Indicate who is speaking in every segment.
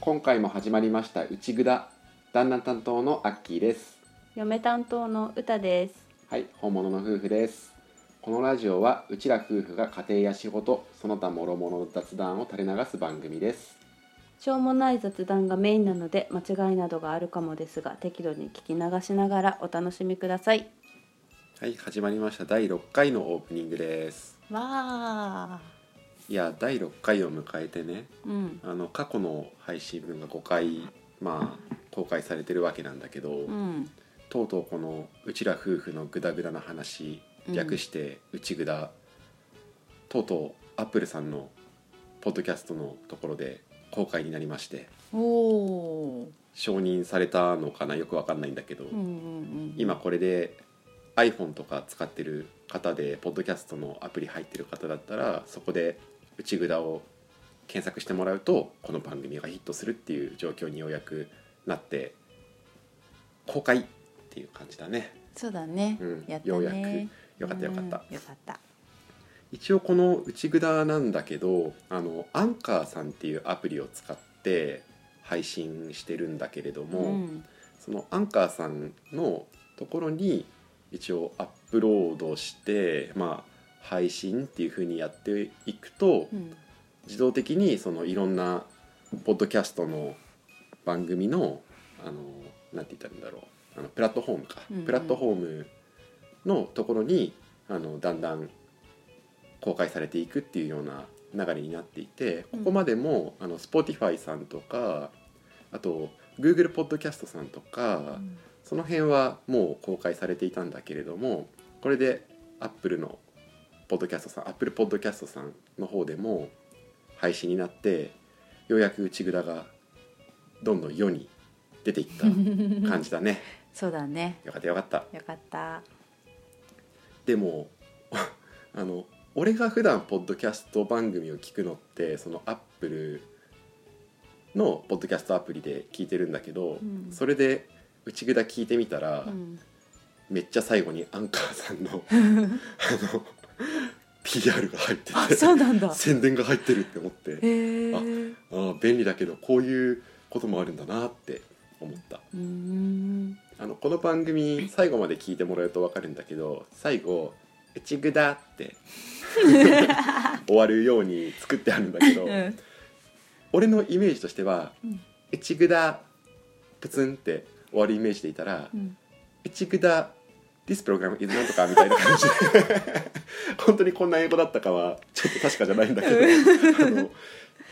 Speaker 1: 今回も始まりました「うちぐだ」旦那担当のアッキーです
Speaker 2: 嫁担当の歌です
Speaker 1: はい本物の夫婦ですこのラジオはうちら夫婦が家庭や仕事その他諸々の雑談を垂れ流す番組です
Speaker 2: しょうもない雑談がメインなので間違いなどがあるかもですが適度に聞き流しながらお楽しみください
Speaker 1: はい始まりました第6回のオープニングです
Speaker 2: わあ
Speaker 1: いや第6回を迎えてね
Speaker 2: うん
Speaker 1: あの過去の配信分が5回まあ公開されてるわけなんだけど、
Speaker 2: うん
Speaker 1: とうとうこのうちら夫婦のグダグダな話
Speaker 2: うん
Speaker 1: 略して「うちぐだ」とうとうアップルさんのポッドキャストのところで公開になりまして
Speaker 2: おお
Speaker 1: 承認されたのかなよくわかんないんだけど、
Speaker 2: うんうんうん
Speaker 1: 今これで iPhone とか使ってる方でポッドキャストのアプリ入ってる方だったらそこで「うちぐだ」を検索してもらうとこの番組がヒットするっていう状況にようやくなって公開っていう感じだね。
Speaker 2: そうだね、
Speaker 1: うん
Speaker 2: やったね
Speaker 1: ようやくよかったよかった、
Speaker 2: うんよかった
Speaker 1: 一応この「内ぐだ」なんだけどあのアンカーさんっていうアプリを使って配信してるんだけれども、
Speaker 2: うん
Speaker 1: そのアンカーさんのところに一応アップロードしてまあ配信っていう風にやっていくと、
Speaker 2: うん
Speaker 1: 自動的にそのいろんなポッドキャストの番組のあのなんて言ったらいいんだろうあのプラットフォームか、
Speaker 2: うんうん
Speaker 1: プラットフォームのところにあのだんだん公開されていくっていうような流れになっていてここまでも、あの Spotify さんとかあと Google ポッドキャストさんとか、その辺はもう公開されていたんだけれどもこれでアップルのポッドキャストさんアップルポッドキャストさんの方でも配信になってようやく内蔵がどんどん世に出ていった感じだね
Speaker 2: そうだね
Speaker 1: よかったよかった
Speaker 2: よかった
Speaker 1: でも あの俺が普段ポッドキャスト番組を聞くのってそのアップルのポッドキャストアプリで聞いてるんだけど、
Speaker 2: うん
Speaker 1: それで内蔵聞いてみたら、
Speaker 2: うん
Speaker 1: めっちゃ最後にアンカーさん のあの PR が入って
Speaker 2: あそう
Speaker 1: て
Speaker 2: なんだ
Speaker 1: 宣伝が入ってるって思って
Speaker 2: へえ
Speaker 1: ああ便利だけどこういうこともあるんだなって思った
Speaker 2: うん
Speaker 1: あのこの番組最後まで聞いてもらうと分かるんだけど最後「うちぐだ」って 終わるように作ってあるんだけど、
Speaker 2: うん
Speaker 1: 俺のイメージとしては
Speaker 2: うん
Speaker 1: 「うちぐだ」プツンって終わるイメージでいたら「
Speaker 2: うん
Speaker 1: うちぐだ This program is なんとかみたいな 感じで本当にこんな英語だったかはちょっと確かじゃないんだけどあの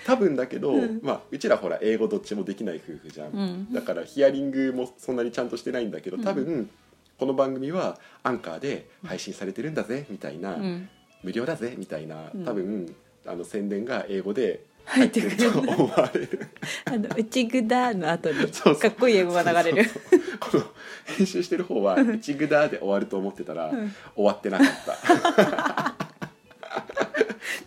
Speaker 1: 多分だけど、
Speaker 2: うん
Speaker 1: まあ、うちらほら英語どっちもできない夫婦じゃん、
Speaker 2: うん
Speaker 1: だからヒアリングもそんなにちゃんとしてないんだけど多分、この番組はアンカーで配信されてるんだぜみたいな、
Speaker 2: うん
Speaker 1: 無料だぜみたいな
Speaker 2: うん
Speaker 1: 多分、あの宣伝が英語で
Speaker 2: 入ってくる
Speaker 1: と思われる。
Speaker 2: あの「うちぐだ」の後に
Speaker 1: そうそう
Speaker 2: かっこいい英語が流れる
Speaker 1: そうそうそうこの編集してる方は「うちぐだ」で終わると思ってたら、
Speaker 2: うん
Speaker 1: 終わってなかった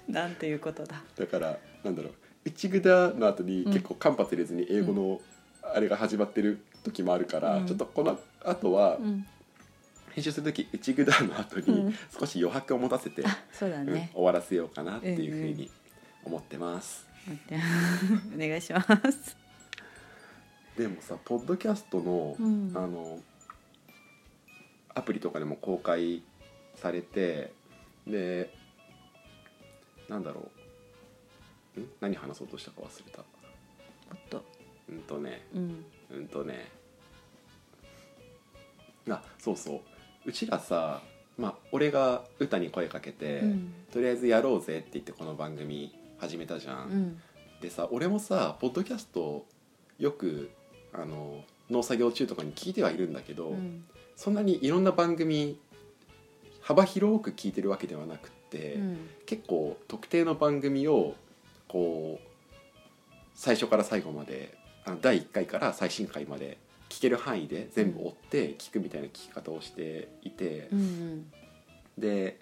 Speaker 2: なんていうことだ
Speaker 1: だからなんだろう「うちぐだ」の後に
Speaker 2: うん
Speaker 1: 結構間髪入れずに英語のあれが始まってる時もあるから、
Speaker 2: うん
Speaker 1: ちょっとこの後は
Speaker 2: うん
Speaker 1: 編集する時「うちぐだ」の後
Speaker 2: う
Speaker 1: に
Speaker 2: ん
Speaker 1: 少し余白を持たせて、
Speaker 2: あそうだ
Speaker 1: うん
Speaker 2: ね
Speaker 1: 終わらせようかなっていうふう
Speaker 2: うんう
Speaker 1: に思ってます。
Speaker 2: 待ってお願いします
Speaker 1: でもさポッドキャストの、
Speaker 2: うん
Speaker 1: あのアプリとかでも公開されてでなんだろうん何話そうとしたか忘れた
Speaker 2: おっと
Speaker 1: うんとね
Speaker 2: うん
Speaker 1: うんとねあそうそううちらさまあ俺が歌に声かけて、
Speaker 2: うん
Speaker 1: とりあえずやろうぜって言ってこの番組始めたじゃ、
Speaker 2: うんん
Speaker 1: でさ俺もさポッドキャストよくあの農作業中とかに聞いてはいるんだけど、
Speaker 2: うん
Speaker 1: そんなにいろんな番組幅広く聞いてるわけではなくって、
Speaker 2: うん
Speaker 1: 結構特定の番組をこう最初から最後まであの第1回から最新回まで聞ける範囲で全部追って聞くみたいな聞き方をしていて
Speaker 2: う、ん
Speaker 1: で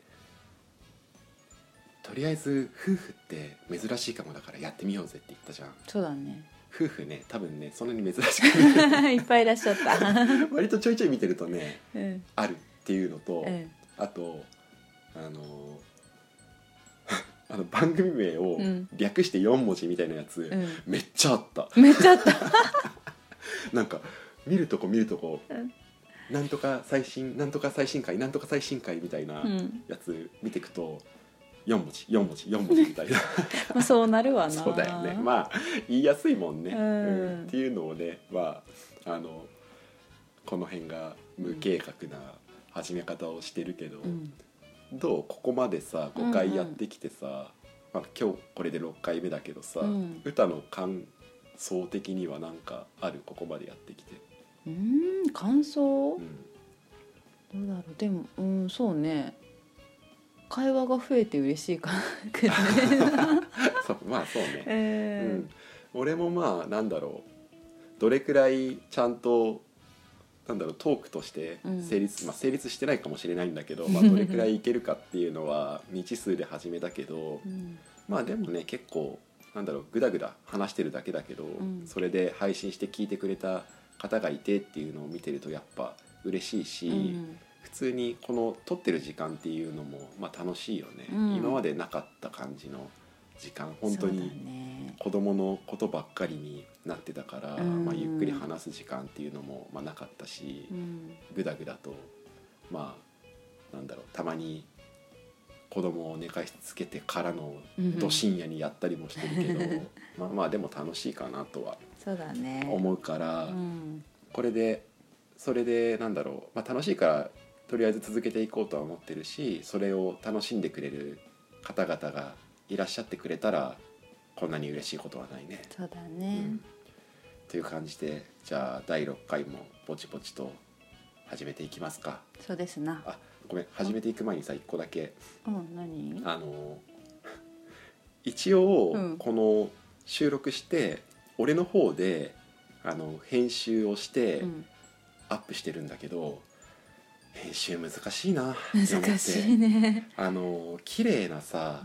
Speaker 1: とりあえず夫婦って珍しいかもだからやってみようぜって言ったじゃん
Speaker 2: そうだね
Speaker 1: 夫婦ね多分ねそんなに珍し くない
Speaker 2: いっぱいいらっしゃった、
Speaker 1: 割とちょいちょい見てるとね
Speaker 2: うん
Speaker 1: あるっていうのと、
Speaker 2: うん
Speaker 1: あとあの あの番組名を
Speaker 2: うん
Speaker 1: 略して4文字みたいなやつ、
Speaker 2: うん、
Speaker 1: めっちゃあった
Speaker 2: めっちゃあった、
Speaker 1: なんか見るとこ見るとこ、
Speaker 2: うん
Speaker 1: なんとか最新なんとか最新回なんとか最新回みたいな
Speaker 2: うん
Speaker 1: やつ見てくと4文字4文字4文字みたいな
Speaker 2: まあ、 そうなるわな
Speaker 1: そうだよねまあ言いやすいもんね、
Speaker 2: うん
Speaker 1: うんっていうのをねまああのこの辺が無計画な始め方をしてるけど、
Speaker 2: うん
Speaker 1: どうここまでさ5回やってきてさ、まあ、今日これで6回目だけどさ、
Speaker 2: うん
Speaker 1: 歌の感想的には何かあるここまでやってきて。
Speaker 2: うーん感想
Speaker 1: うん
Speaker 2: どうだろうでもうんそうね会話が増えて嬉しいかな
Speaker 1: そうまあそうね、う
Speaker 2: え
Speaker 1: ん、俺もまあなんだろうどれくらいちゃんとなんだろうトークとして
Speaker 2: うん
Speaker 1: 成立、まあ、成立してないかもしれないんだ けど、まあ、どれくらいいけるかっていうのは未知数で始めたけど
Speaker 2: うん
Speaker 1: まあでもね結構なんだろうグダグダ話してるだけだけど、
Speaker 2: ん
Speaker 1: それで配信して聞いてくれた方がいてっていうのを見てるとやっぱ嬉しいし、
Speaker 2: うん
Speaker 1: 普通にこの撮ってる時間っていうのも、まあ、楽しいよね、
Speaker 2: うん
Speaker 1: 今までなかった感じの時間本当
Speaker 2: そうだ
Speaker 1: に
Speaker 2: ね
Speaker 1: 子供のことばっかりになってたから、
Speaker 2: うん
Speaker 1: まあ、ゆっくり話す時間っていうのも、まあ、なかったし
Speaker 2: うん
Speaker 1: ぐだぐだとまあなんだろうたまに子供を寝かしつけてからの
Speaker 2: うん
Speaker 1: ど深夜にやったりもしてるけど、 まあまあでも楽しいかなとは
Speaker 2: そうだね
Speaker 1: 思うから。
Speaker 2: うん
Speaker 1: これでそれでなんだろう、まあ、楽しいからとりあえず続けていこうとは思ってるしそれを楽しんでくれる方々がいらっしゃってくれたらこんなに嬉しいことはないね。
Speaker 2: そうだ
Speaker 1: う
Speaker 2: ね
Speaker 1: ん、という感じでじゃあ第6回もぼちぼちと始めていきますか。
Speaker 2: そうですな
Speaker 1: あごめん始めていく前にさ1個だけ
Speaker 2: うん何
Speaker 1: あの 一応
Speaker 2: うん
Speaker 1: この収録して俺の方であの編集をして。
Speaker 2: うん
Speaker 1: アップしてるんだけど編集難しいなって思って
Speaker 2: 難しいね
Speaker 1: あの綺麗なさ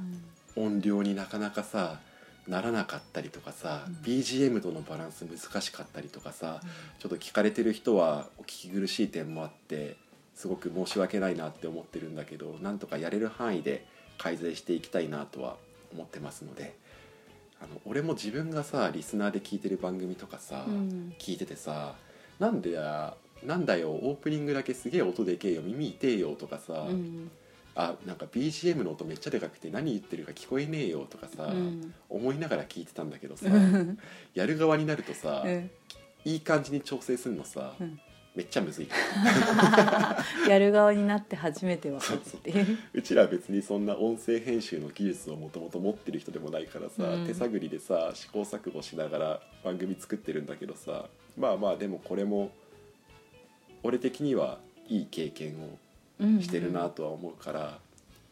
Speaker 2: うん
Speaker 1: 音量になかなかさならなかったりとかさ、
Speaker 2: うん
Speaker 1: BGM とのバランス難しかったりとかさちょっと聞かれてる人はお聞き苦しい点もあってすごく申し訳ないなって思ってるんだけどなんとかやれる範囲で改善していきたいなとは思ってますのであの俺も自分がさリスナーで聞いてる番組とかさ、
Speaker 2: うん
Speaker 1: 聞いててさなんでやなんだよオープニングだけすげえ音でけえよ耳痛えよとかさ、
Speaker 2: うん
Speaker 1: あなんか BGM の音めっちゃでかくて何言ってるか聞こえねえよとかさ、
Speaker 2: うん
Speaker 1: 思いながら聞いてたんだけどさ、
Speaker 2: うん
Speaker 1: やる側になるとさ、
Speaker 2: うん
Speaker 1: いい感じに調整するのさ、
Speaker 2: うん
Speaker 1: めっちゃむずい
Speaker 2: やる側になって初めて分かるっていう
Speaker 1: うちら別にそんな音声編集の技術をもともと持ってる人でもないからさ、
Speaker 2: うん
Speaker 1: 手探りでさ試行錯誤しながら番組作ってるんだけどさまあまあでもこれも俺的にはいい経験をしてるなとは思うから、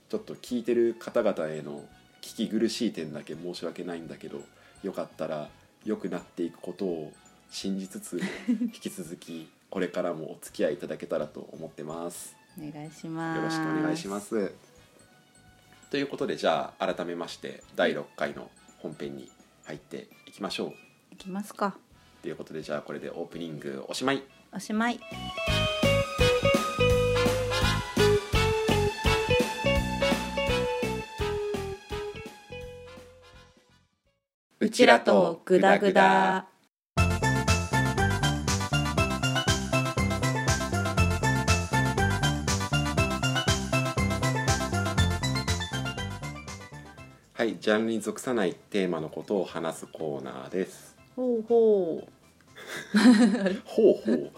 Speaker 1: ちょっと聞いてる方々への聞き苦しい点だけ申し訳ないんだけどよかったら良くなっていくことを信じ つつ引き続きこれからもお付き合いいただけたらと思ってます。
Speaker 2: うんお願いします
Speaker 1: よろしくお願いします。ということでじゃあ改めまして第6回の本編に入っていきましょう。
Speaker 2: いきますか
Speaker 1: ということでじゃあこれでオープニングおしまい。
Speaker 2: おしまいうちらとグダグダ
Speaker 1: はい、ジャンルに属さないテーマのことを話すコーナーです。
Speaker 2: ほうほう
Speaker 1: ほうほう。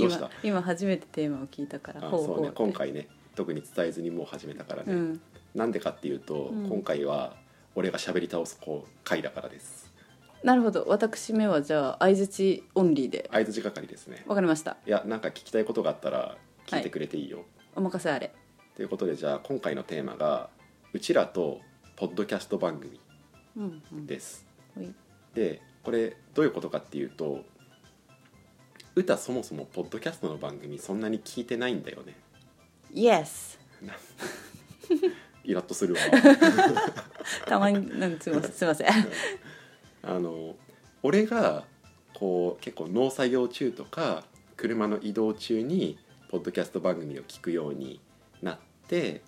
Speaker 1: どうした
Speaker 2: 今今初めてテーマを聞いたから
Speaker 1: あ、
Speaker 2: ほう
Speaker 1: そ
Speaker 2: ほ
Speaker 1: う
Speaker 2: う
Speaker 1: ね
Speaker 2: っ、て
Speaker 1: 今回ね、特に伝えずにもう始めたから
Speaker 2: う
Speaker 1: ね。
Speaker 2: ん
Speaker 1: なんでかっていうと、
Speaker 2: うん
Speaker 1: 今回は俺が喋り倒すこう回だからです。
Speaker 2: なるほど私めはじゃあ相づちオンリーで
Speaker 1: 相槌係ですね。
Speaker 2: わかりました
Speaker 1: いや、なんか聞きたいことがあったら聞いてくれていいよ。
Speaker 2: お任せあれ
Speaker 1: ということで、じゃあ今回のテーマがうちらとポッドキャスト番組
Speaker 2: うんうん
Speaker 1: です。
Speaker 2: ほい
Speaker 1: でこれどういうことかっていうと歌そもそもポッドキャストの番組そんなに聞いてないんだよね
Speaker 2: Yes
Speaker 1: イラッとするわ
Speaker 2: たまになんすいませんすいません
Speaker 1: あの俺がこう結構農作業中とか車の移動中にポッドキャスト番組を聞くようになって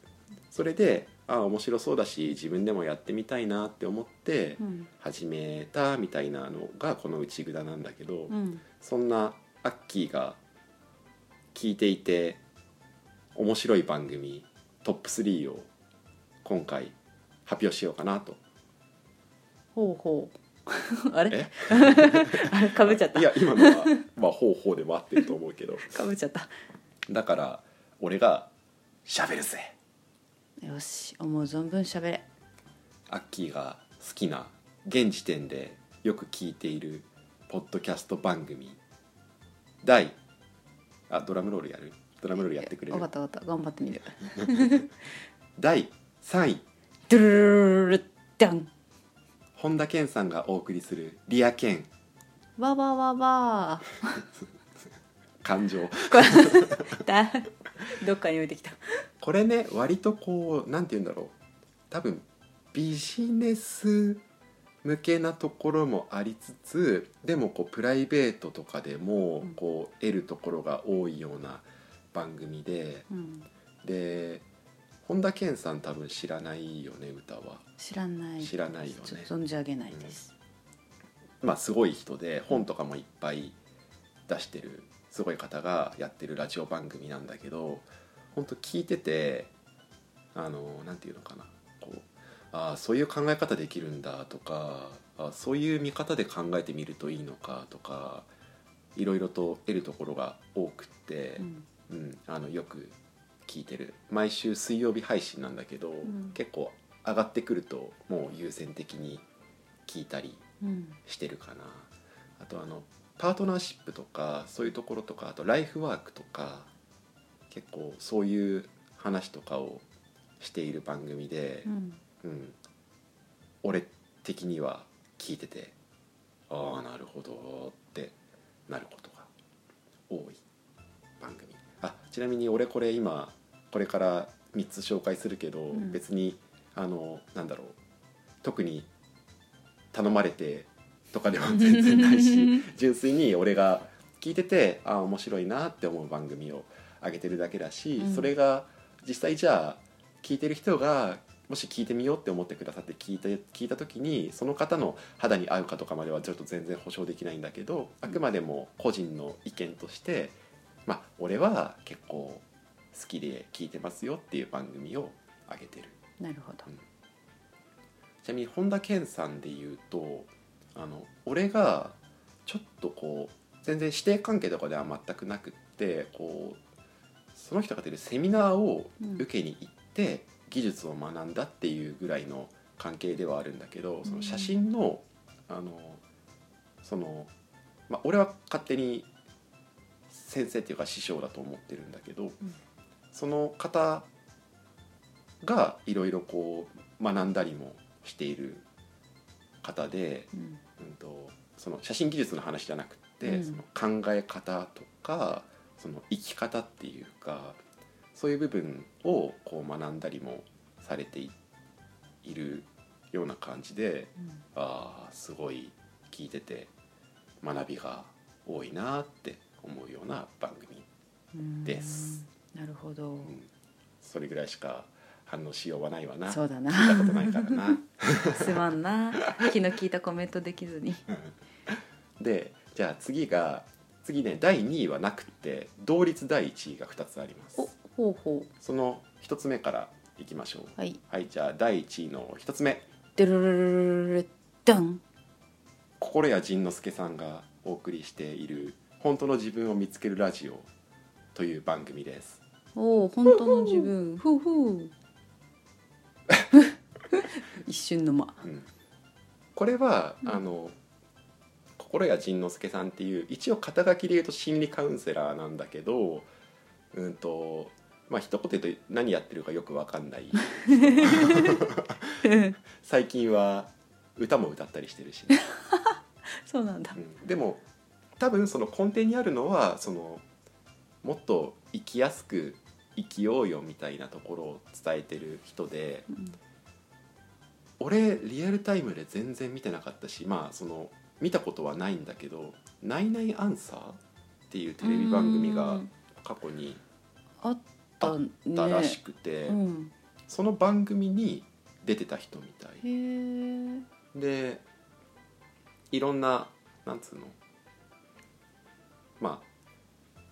Speaker 1: それでああ面白そうだし自分でもやってみたいなって思って
Speaker 2: うん
Speaker 1: 始めたみたいなのがこの「内蔵」なんだけど、
Speaker 2: うん
Speaker 1: そんなアッキーが聞いていて面白い番組トップ3を今回発表しようかなと
Speaker 2: ほうほうあれ
Speaker 1: え
Speaker 2: あれかぶっちゃった
Speaker 1: いや今のはまあ方法でも合ってると思 うけど
Speaker 2: かぶっちゃった
Speaker 1: だから俺が「喋るぜ!
Speaker 2: よし思う存分喋れ」
Speaker 1: アッキーが好きな現時点でよく聞いているポッドキャスト番組第あドラムロールやるドラムロールやってくれる
Speaker 2: 分かった分かった頑張ってみる
Speaker 1: 第3位
Speaker 2: ドゥルルルルルダン
Speaker 1: 本田健さんがお送りする「リア健
Speaker 2: わわわわ
Speaker 1: 感情」
Speaker 2: だどっかに置いてきた
Speaker 1: これね割とこうなんて言うんだろう多分ビジネス向けなところもありつつでもこうプライベートとかでも
Speaker 2: うん
Speaker 1: こう得るところが多いような番組で
Speaker 2: うん
Speaker 1: で本田健さん多分知らないよね歌は。
Speaker 2: 知らない
Speaker 1: 知らないよね
Speaker 2: ちょっと存じ上げないです、
Speaker 1: まあ、すごい人で本とかもいっぱい出してるすごい方がやってるラジオ番組なんだけど本当聞いててあのなんていうのかなこうああそういう考え方できるんだとかああそういう見方で考えてみるといいのかとかいろいろと得るところが多くって
Speaker 2: う、ん
Speaker 1: うん、あのよく聞いてる毎週水曜日配信なんだけど、
Speaker 2: ん
Speaker 1: 結構上がってくるともう優先的に聞いたり
Speaker 2: うん
Speaker 1: してるかなあとあのパートナーシップとかそういうところとかあとライフワークとか結構そういう話とかをしている番組で
Speaker 2: う、ん
Speaker 1: うん俺的には聞いててああなるほどってなることが多い番組あちなみに俺これ今これから3つ紹介するけど、
Speaker 2: ん
Speaker 1: 別にあのなんだろう特に頼まれてとかでは全然ないし純粋に俺が聞いててああ面白いなって思う番組を上げてるだけだし、
Speaker 2: うん
Speaker 1: それが実際じゃあ聞いてる人がもし聞いてみようって思ってくださって聞いた聞いた時にその方の肌に合うかとかまではちょっと全然保証できないんだけどあくまでも個人の意見としてまあ俺は結構好きで聞いてますよっていう番組を上げてる。
Speaker 2: なるほど
Speaker 1: ちなみに本田健さんで言うとあの俺がちょっとこう全然師弟関係とかでは全くなくってこうその人が出るセミナーを受けに行って、技術を学んだっていうぐらいの関係ではあるんだけどその写真の,、あのその、まあ、俺は勝手に先生っていうか師匠だと思ってるんだけど、その方がいろいろこう学んだりもしている方で、
Speaker 2: うん
Speaker 1: うん、とその写真技術の話じゃなくっ
Speaker 2: う
Speaker 1: て、
Speaker 2: ん
Speaker 1: その考え方とかその生き方っていうかそういう部分をこう学んだりもされていいるような感じで
Speaker 2: うん
Speaker 1: ああすごい聞いてて学びが多いなって思うような番組、
Speaker 2: うん
Speaker 1: です
Speaker 2: なるほど
Speaker 1: うんそれぐらいしか反応しようはないわな
Speaker 2: そうだな
Speaker 1: 聞いたことないからな。
Speaker 2: すまんな気の利いたコメントできずに
Speaker 1: でじゃあ次が次ね第2位はなくて同率第1位が2つあります
Speaker 2: おほうほ
Speaker 1: その1つ目からいきましょう
Speaker 2: うはい
Speaker 1: はいじゃあ第1位の1つ目
Speaker 2: ドゥルルルルルルダン
Speaker 1: 心谷仁之助さんがお送りしている「本当の自分を見つけるラジオ」という番組です
Speaker 2: おお本当の自分ふうふう 一瞬の間
Speaker 1: これは、
Speaker 2: うん
Speaker 1: あの心谷仁之助さんっていう一応肩書きで言うと心理カウンセラーなんだけどうんとまあ一言で言うと何やってるかよく分かんない最近は歌も歌ったりしてるしね、
Speaker 2: そうなんだ
Speaker 1: うんでも多分その根底にあるのはそのもっと生きやすく生きようよみたいなところを伝えてる人で
Speaker 2: うん
Speaker 1: 俺リアルタイムで全然見てなかったしまあその見たことはないんだけど「ナイナイアンサー」っていうテレビ番組
Speaker 2: う
Speaker 1: が
Speaker 2: ん
Speaker 1: 過去に
Speaker 2: あったね
Speaker 1: あったらしくて、
Speaker 2: うん
Speaker 1: その番組に出てた人みたい
Speaker 2: へえ
Speaker 1: でいろんななんつうのまあ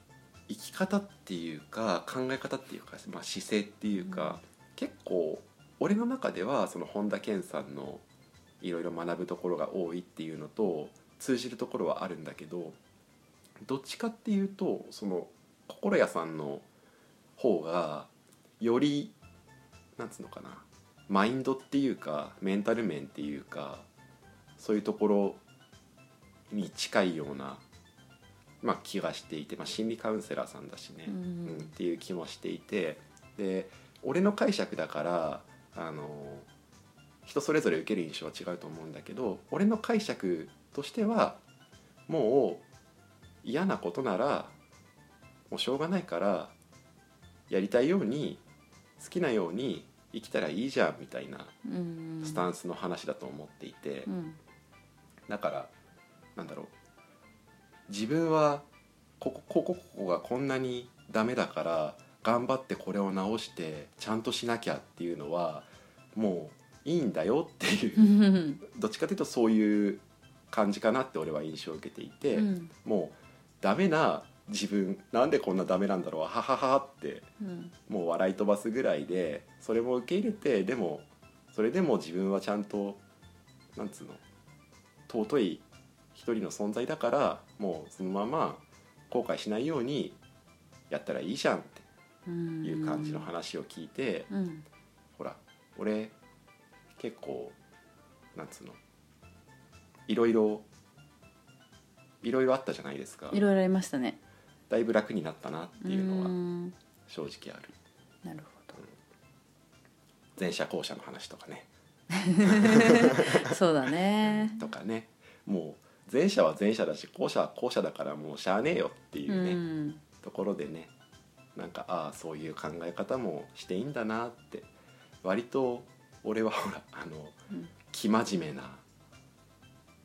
Speaker 1: 生き方っていうか考え方っていうか、まあ、姿勢っていうか、結構俺の中ではその本田健さんのいろいろ学ぶところが多いっていうのと通じるところはあるんだけどどっちかっていうとその心屋さんの方がよりなんつうのかなマインドっていうかメンタル面っていうかそういうところに近いような、まあ、気がしていて、まあ、心理カウンセラーさんだしね、
Speaker 2: うん
Speaker 1: うんっていう気もしていてで俺の解釈だからあの人それぞれ受ける印象は違うと思うんだけど俺の解釈としてはもう嫌なことならもうしょうがないからやりたいように好きなように生きたらいいじゃんみたいな
Speaker 2: うん
Speaker 1: スタンスの話だと思っていて、
Speaker 2: うん
Speaker 1: だからなんだろう自分はここここここがこんなにダメだから頑張ってこれを直してちゃんとしなきゃっていうのはもういいんだよっていう、どっちかというとそういう感じかなって俺は印象を受けていて、
Speaker 2: うん
Speaker 1: もうダメな自分なんでこんなダメなんだろうははははって
Speaker 2: うん
Speaker 1: もう笑い飛ばすぐらいでそれも受け入れてでもそれでも自分はちゃんとなんつうの尊い一人の存在だからもうそのまま後悔しないようにやったらいいじゃんっ
Speaker 2: うん
Speaker 1: ていう感じの話を聞いて、
Speaker 2: うん
Speaker 1: ほら俺結構なんつうのいろいろいろいろあったじゃないですか
Speaker 2: いろいろありましたね
Speaker 1: だいぶ楽になったなっていうの
Speaker 2: う
Speaker 1: は
Speaker 2: ん
Speaker 1: 正直ある
Speaker 2: なるほ
Speaker 1: 前者後者の話とかね
Speaker 2: どそうだね
Speaker 1: とかねもう前者は前者だし後者は後者だからもうしゃあねえよっていううね、
Speaker 2: ん
Speaker 1: ところでねなんかああそういう考え方もしていいんだなって割と俺はほらあの
Speaker 2: うん
Speaker 1: 生真面目な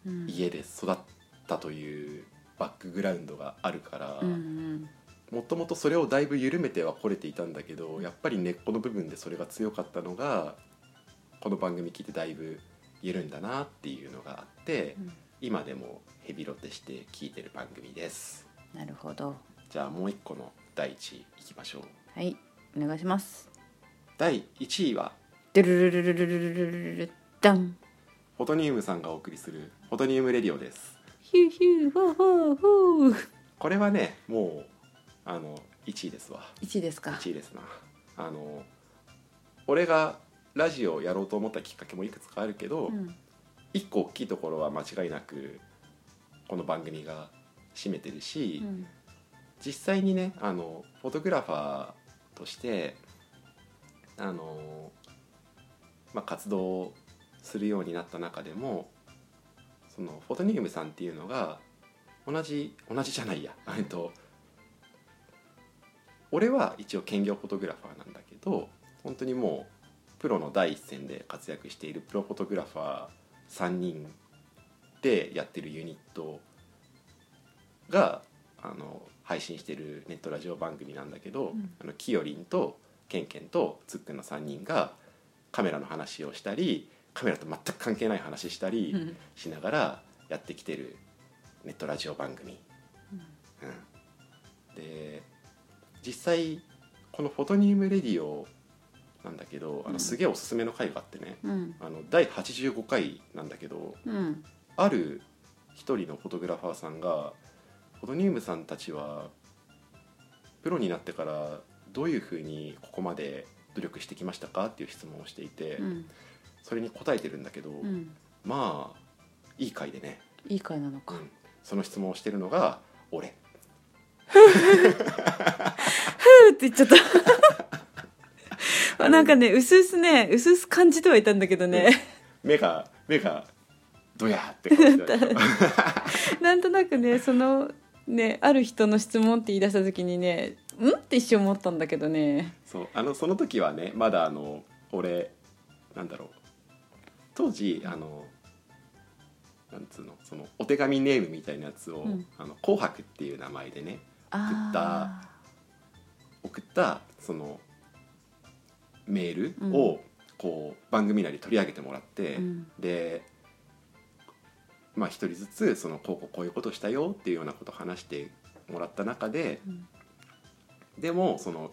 Speaker 2: うん
Speaker 1: 家で育ったというバックグラウンドがあるから、
Speaker 2: うんうん
Speaker 1: もともとそれをだいぶ緩めてはこれていたんだけどやっぱり根っこの部分でそれが強かったのがこの番組聞いてだいぶ緩んだなっていうのがあって。
Speaker 2: うん
Speaker 1: 今でもヘビロテして聞いてる番組です
Speaker 2: なるほど
Speaker 1: じゃあもう一個の第1位いきましょう
Speaker 2: はいお願いします
Speaker 1: 第1位は
Speaker 2: ドゥルルルルルルルルルルダン
Speaker 1: フォトニウムさんがお送りするフォトニウムレディオです
Speaker 2: ヒューヒューホーホーホー
Speaker 1: これはねもうあの1位ですわ
Speaker 2: 1位ですか
Speaker 1: 1位ですなあの俺がラジオをやろうと思ったきっかけもいくつかあるけど、
Speaker 2: うん
Speaker 1: 一個大きいところは間違いなくこの番組が占めてるし、
Speaker 2: うん
Speaker 1: 実際にねあのフォトグラファーとしてあの、まあ、活動をするようになった中でもそのフォトニウムさんっていうのが同じ同じじゃないや えっと俺は一応兼業フォトグラファーなんだけど本当にもうプロの第一線で活躍しているプロフォトグラファー3人でやってるユニットがあの配信してるネットラジオ番組なんだけど、
Speaker 2: ん
Speaker 1: あのキヨリンとケンケンとツックンの3人がカメラの話をしたりカメラと全く関係ない話したり
Speaker 2: うん
Speaker 1: しながらやってきてるネットラジオ番組。うんで実際この「フォトニウムレディオ」なんだけどあ
Speaker 2: う
Speaker 1: の
Speaker 2: ん
Speaker 1: すげえおすすめの回があってね、
Speaker 2: うん
Speaker 1: あの第85回なんだけど
Speaker 2: うん
Speaker 1: ある一人のフォトグラファーさんがフォトニウムさんたちはプロになってからどういうふうにここまで努力してきましたかっていう質問をしていて、
Speaker 2: うん
Speaker 1: それに答えてるんだけど、
Speaker 2: うん
Speaker 1: まあいい回でね、
Speaker 2: いい回なのか
Speaker 1: うんその質問をしてるのが俺
Speaker 2: ふーって言っちゃった。なんかね、うすうすね、うすうす感じてはいたんだけどね。
Speaker 1: 目が目がドヤーって感じ だった
Speaker 2: なんとなくねそのねある人の質問って言い出した時にねんって一瞬思ったんだけどね
Speaker 1: そうあのその時はねまだあの俺なんだろう当時あのなんつうのそのお手紙ネームみたいなやつを「
Speaker 2: うん
Speaker 1: あの紅白」っていう名前でね
Speaker 2: あ
Speaker 1: 送ったそのメールをこう番組内で取り上げてもらって、
Speaker 2: うん
Speaker 1: でまあ一人ずつそのこうこうこういうことしたよっていうようなことを話してもらった中で
Speaker 2: ーうん
Speaker 1: でもその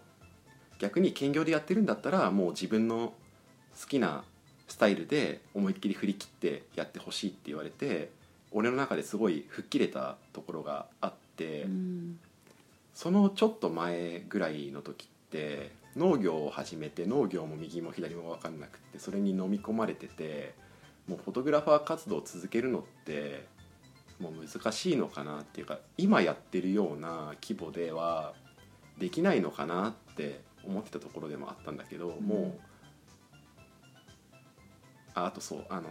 Speaker 1: 逆に兼業でやってるんだったらもう自分の好きなスタイルで思いっきり振り切ってやってほしいって言われて俺の中ですごい吹っ切れたところがあって。
Speaker 2: うん
Speaker 1: そのちょっと前ぐらいの時って農業を始めて農業も右も左も分かんなくってそれに飲み込まれててもうフォトグラファー活動を続けるのってもう難しいのかなっていうか今やってるような規模ではできないのかなって思ってたところでもあったんだけど、
Speaker 2: うん
Speaker 1: もうああとそうあの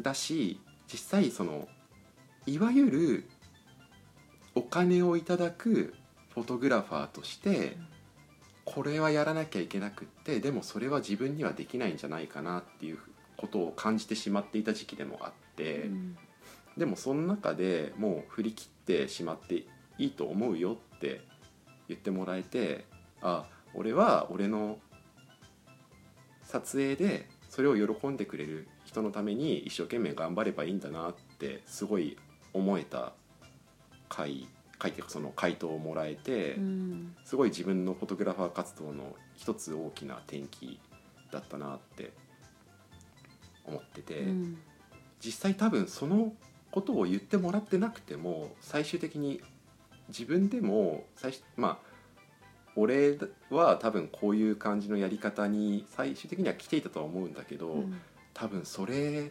Speaker 1: だし実際そのいわゆるお金をいただくフォトグラファーとしてこれはやらなきゃいけなくってでもそれは自分にはできないんじゃないかなっていうことを感じてしまっていた時期でもあって。
Speaker 2: うん
Speaker 1: でもその中でもう振り切ってしまっていいと思うよって言ってもらえてあ俺は俺の撮影でそれを喜んでくれる人のために一生懸命頑張ればいいんだなってすごい思えた回回っていうかその回答をもらえて、
Speaker 2: うん
Speaker 1: すごい自分のフォトグラファー活動の一つ大きな転機だったなって思ってて。
Speaker 2: うん
Speaker 1: 実際多分そのことを言ってもらってなくても最終的に自分でも最終まあ俺は多分こういう感じのやり方に最終的には来ていたとは思うんだけど、
Speaker 2: うん
Speaker 1: 多分それ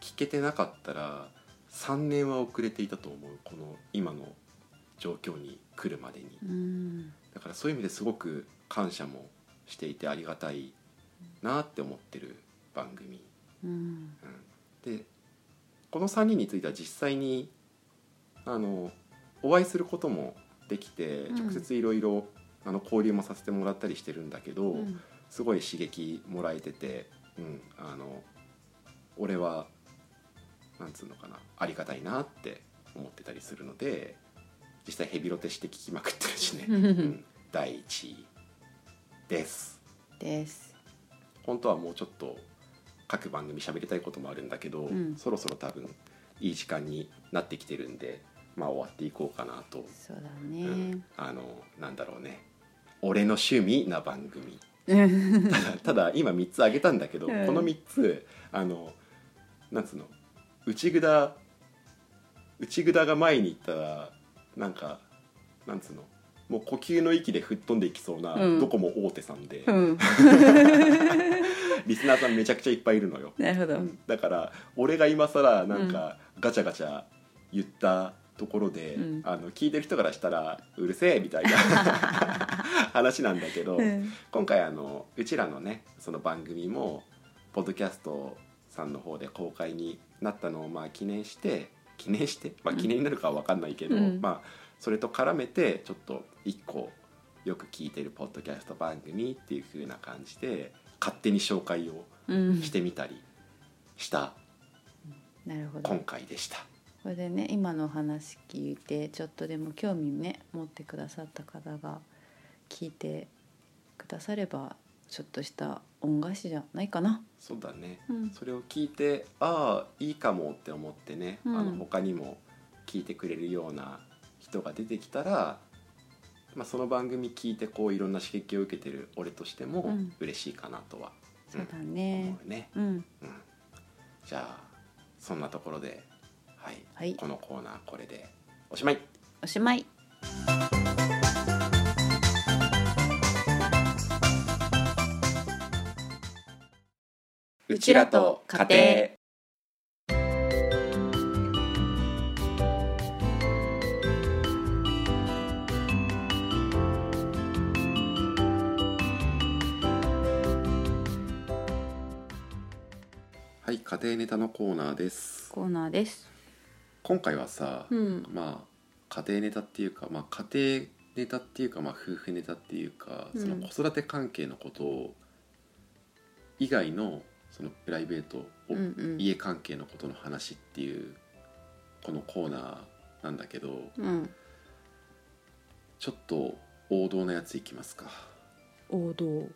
Speaker 1: 聞けてなかったら3年は遅れていたと思うこの今の状況に来るまでに。
Speaker 2: うん
Speaker 1: だからそういう意味ですごく感謝もしていてありがたいなって思ってる番組。
Speaker 2: うん
Speaker 1: でこの3人については実際にあのお会いすることもできて
Speaker 2: うん
Speaker 1: 直接いろいろあの交流もさせてもらったりしてるんだけど、
Speaker 2: うん
Speaker 1: すごい刺激もらえてて、うん、あの俺はなんつうのかなありがたいなって思ってたりするので実際ヘビロテして聞きまくってる しね、うん、第1位です。
Speaker 2: です
Speaker 1: 本当はもうちょっと各番組喋りたいこともあるんだけど、
Speaker 2: うん
Speaker 1: そろそろ多分いい時間になってきてるんでまあ終わっていこうかなと、
Speaker 2: そうだ
Speaker 1: う
Speaker 2: ね
Speaker 1: んあのなんだろうね俺の趣味な番組
Speaker 2: うん
Speaker 1: ただただ今3つ挙げたんだけど、
Speaker 2: うん
Speaker 1: この3つあのなんつうの内札内札が前に行ったらなんかなんつうのもう呼吸の息で吹っ飛んでいきそうな、
Speaker 2: うん
Speaker 1: どこも大手さんで、
Speaker 2: うん
Speaker 1: リスナーさんめちゃくちゃいっぱいいるのよ。
Speaker 2: なるほど
Speaker 1: だから俺が今更なんかガチャガチャ言ったところで、
Speaker 2: うん
Speaker 1: あの聞いてる人からしたらうるせえみた いな話なんだけど、
Speaker 2: うん
Speaker 1: 今回あのうちらのねその番組もポッドキャストさんの方で公開になったのをまあ記念して記念して、ま
Speaker 2: う
Speaker 1: あ、
Speaker 2: ん
Speaker 1: 記念になるかは分かんないけど、
Speaker 2: うん
Speaker 1: まあ、それと絡めてちょっと一個よく聞いてるポッドキャスト番組っていう風な感じで勝手に紹介を
Speaker 2: うん
Speaker 1: してみたりした
Speaker 2: なるほど
Speaker 1: 今回でした。
Speaker 2: これでね今のお話聞いてちょっとでも興味ね持ってくださった方が聞いてくださればちょっとした恩返しじゃないかな。
Speaker 1: そうだね
Speaker 2: うん
Speaker 1: それを聞いてああいいかもって思ってね、
Speaker 2: うん
Speaker 1: あの他にも聞いてくれるような人が出てきたら、まあ、その番組聞いてこういろんな刺激を受けてる俺として
Speaker 2: う
Speaker 1: も
Speaker 2: ん
Speaker 1: 嬉しいかなとは、
Speaker 2: そうだ
Speaker 1: うん
Speaker 2: ね
Speaker 1: 思。うね、
Speaker 2: うん、
Speaker 1: うん、じゃあそんなところで、はい
Speaker 2: はい
Speaker 1: このコーナーこれでおしまい
Speaker 2: おしまい。うちらと家
Speaker 1: はい家庭ネタのコーナーです
Speaker 2: コーナーです。
Speaker 1: 今回はさ、
Speaker 2: うん
Speaker 1: まあ家庭ネタっていうか、まあ、家庭ネタっていうか、まあ、夫婦ネタっていうか、
Speaker 2: うん
Speaker 1: その子育て関係のことを以外のそのプライベート、
Speaker 2: うんうん
Speaker 1: 家関係のことの話っていうこのコーナーなんだけど
Speaker 2: うん
Speaker 1: ちょっと王道なやついきますか
Speaker 2: 王道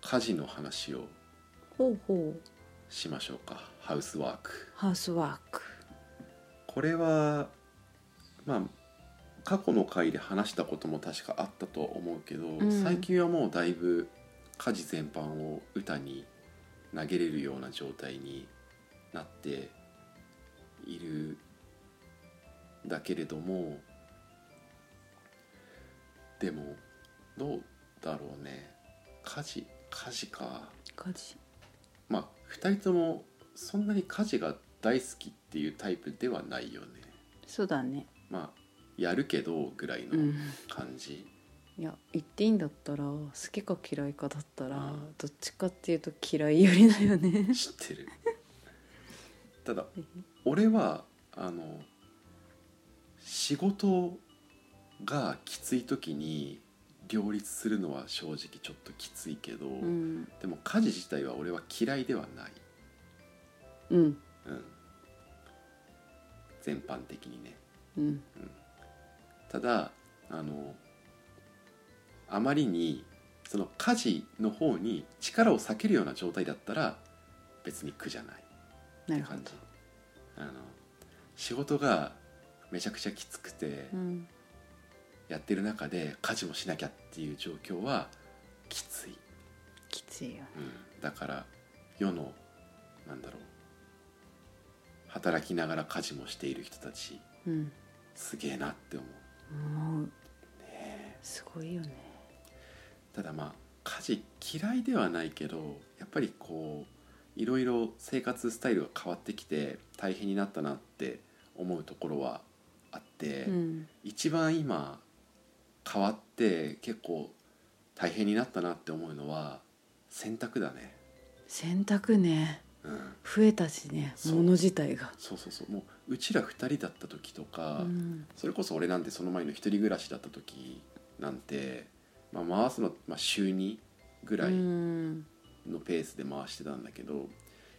Speaker 1: 家事の話を
Speaker 2: ほうほう
Speaker 1: しましょうかハウスワーク
Speaker 2: ハウスワーク
Speaker 1: これはまあ過去の回で話したことも確かあったと思うけど、
Speaker 2: ん
Speaker 1: 最近はもうだいぶ家事全般を歌に投げれるような状態になっているんだけれどもでもどうだろうね家事家事か
Speaker 2: 家事
Speaker 1: まあ2人ともそんなに家事が大好きっていうタイプではないよね
Speaker 2: そうだね
Speaker 1: まあやるけどぐらいうの
Speaker 2: ん
Speaker 1: 感じ、
Speaker 2: いや言っていいんだったら好きか嫌いかだったら、
Speaker 1: うん
Speaker 2: どっちかっていうと嫌いよりだよね
Speaker 1: 知ってるただ俺はあの仕事がきつい時に両立するのは正直ちょっときついけど、
Speaker 2: うん
Speaker 1: でも家事自体は俺は嫌いではない、
Speaker 2: うん
Speaker 1: うん、全般的にね、
Speaker 2: うん
Speaker 1: ただあのあまりにその家事の方に力を避けるような状態だったら別に苦じゃな
Speaker 2: な
Speaker 1: いっ
Speaker 2: るほ
Speaker 1: て感
Speaker 2: ど
Speaker 1: じあの仕事がめちゃくちゃきつくて
Speaker 2: うん
Speaker 1: やってる中で家事もしなきゃっていう状況はきつい、
Speaker 2: きついよね
Speaker 1: うん、だから世のなんだろう働きながら家事もしている人たち
Speaker 2: うん
Speaker 1: すげえなって思う
Speaker 2: 思うすごいよね
Speaker 1: ただまあ家事嫌いではないけどやっぱりこういろいろ生活スタイルが変わってきて大変になったなって思うところはあって、
Speaker 2: うん
Speaker 1: 一番今変わって結構大変になったなって思うのは洗濯だね、
Speaker 2: 洗濯ね
Speaker 1: うん、
Speaker 2: 増えたしね
Speaker 1: そう
Speaker 2: 物自体が
Speaker 1: そうそうそうもううちら2人だった時と
Speaker 2: う
Speaker 1: か、
Speaker 2: ん
Speaker 1: それこそ俺なんてその前の一人暮らしだった時なんて、まあ、回すの、まあ、週2ぐらい
Speaker 2: うん
Speaker 1: のペースで回してたんだけど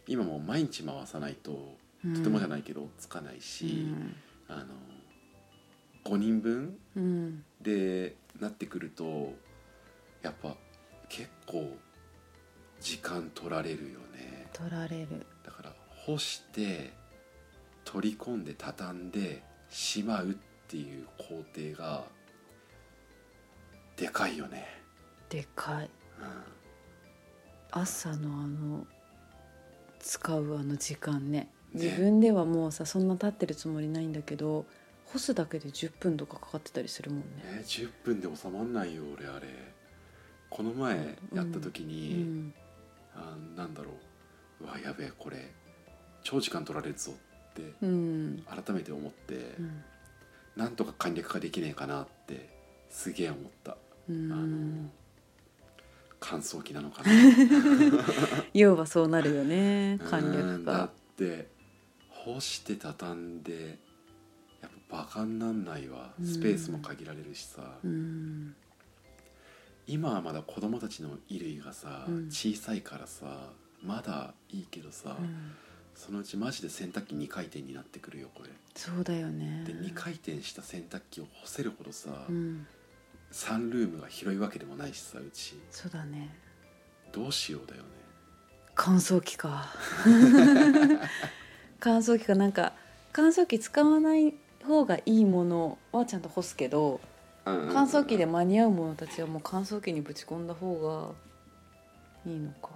Speaker 1: 今もう毎日回さないと
Speaker 2: うん
Speaker 1: とてもじゃないけど追っつかないし、あの5人分
Speaker 2: うんうん
Speaker 1: でなってくるとやっぱ結構時間取られるよね
Speaker 2: 取られる
Speaker 1: だから干して取り込んで畳んでしまうっていう工程がでかいよね、
Speaker 2: でかい
Speaker 1: うん
Speaker 2: 朝のあの使うあの時間ね
Speaker 1: ね
Speaker 2: 自分ではもうさそんな経ってるつもりないんだけど干すだけで10分とかかかってたりするもんね。
Speaker 1: ね、10分で収まんないよ俺あれこの前やった時
Speaker 2: う
Speaker 1: に、
Speaker 2: ん、
Speaker 1: あなんだろううわやべえこれ長時間取られるぞって
Speaker 2: うん
Speaker 1: 改めて思って、
Speaker 2: うん
Speaker 1: なんとか簡略化できねえかなってすげえ思った、
Speaker 2: うん
Speaker 1: あの乾燥機なのかな
Speaker 2: 要はそうなるよね 簡
Speaker 1: う
Speaker 2: 略
Speaker 1: んだっ
Speaker 2: 化
Speaker 1: て干して畳んでやっぱバカになんないわ
Speaker 2: うん
Speaker 1: スペースも限られるしさ、
Speaker 2: うん
Speaker 1: 今はまだ子供たちの衣類がさ、
Speaker 2: うん
Speaker 1: 小さいからさまだいいけどさ、
Speaker 2: うん
Speaker 1: そのうちマジで洗濯機2回転になってくるよこれ、
Speaker 2: そうだよね
Speaker 1: で2回転した洗濯機を干せるほどさ、
Speaker 2: うん
Speaker 1: サンルームが広いわけでもないしさうち
Speaker 2: そうだね
Speaker 1: どうしようだよね
Speaker 2: 乾燥機 か乾燥機かなんか乾燥機使わない方がいいものはちゃんと干すけど乾燥機で間に合うものたちはもう乾燥機にぶち込んだ方がいいのか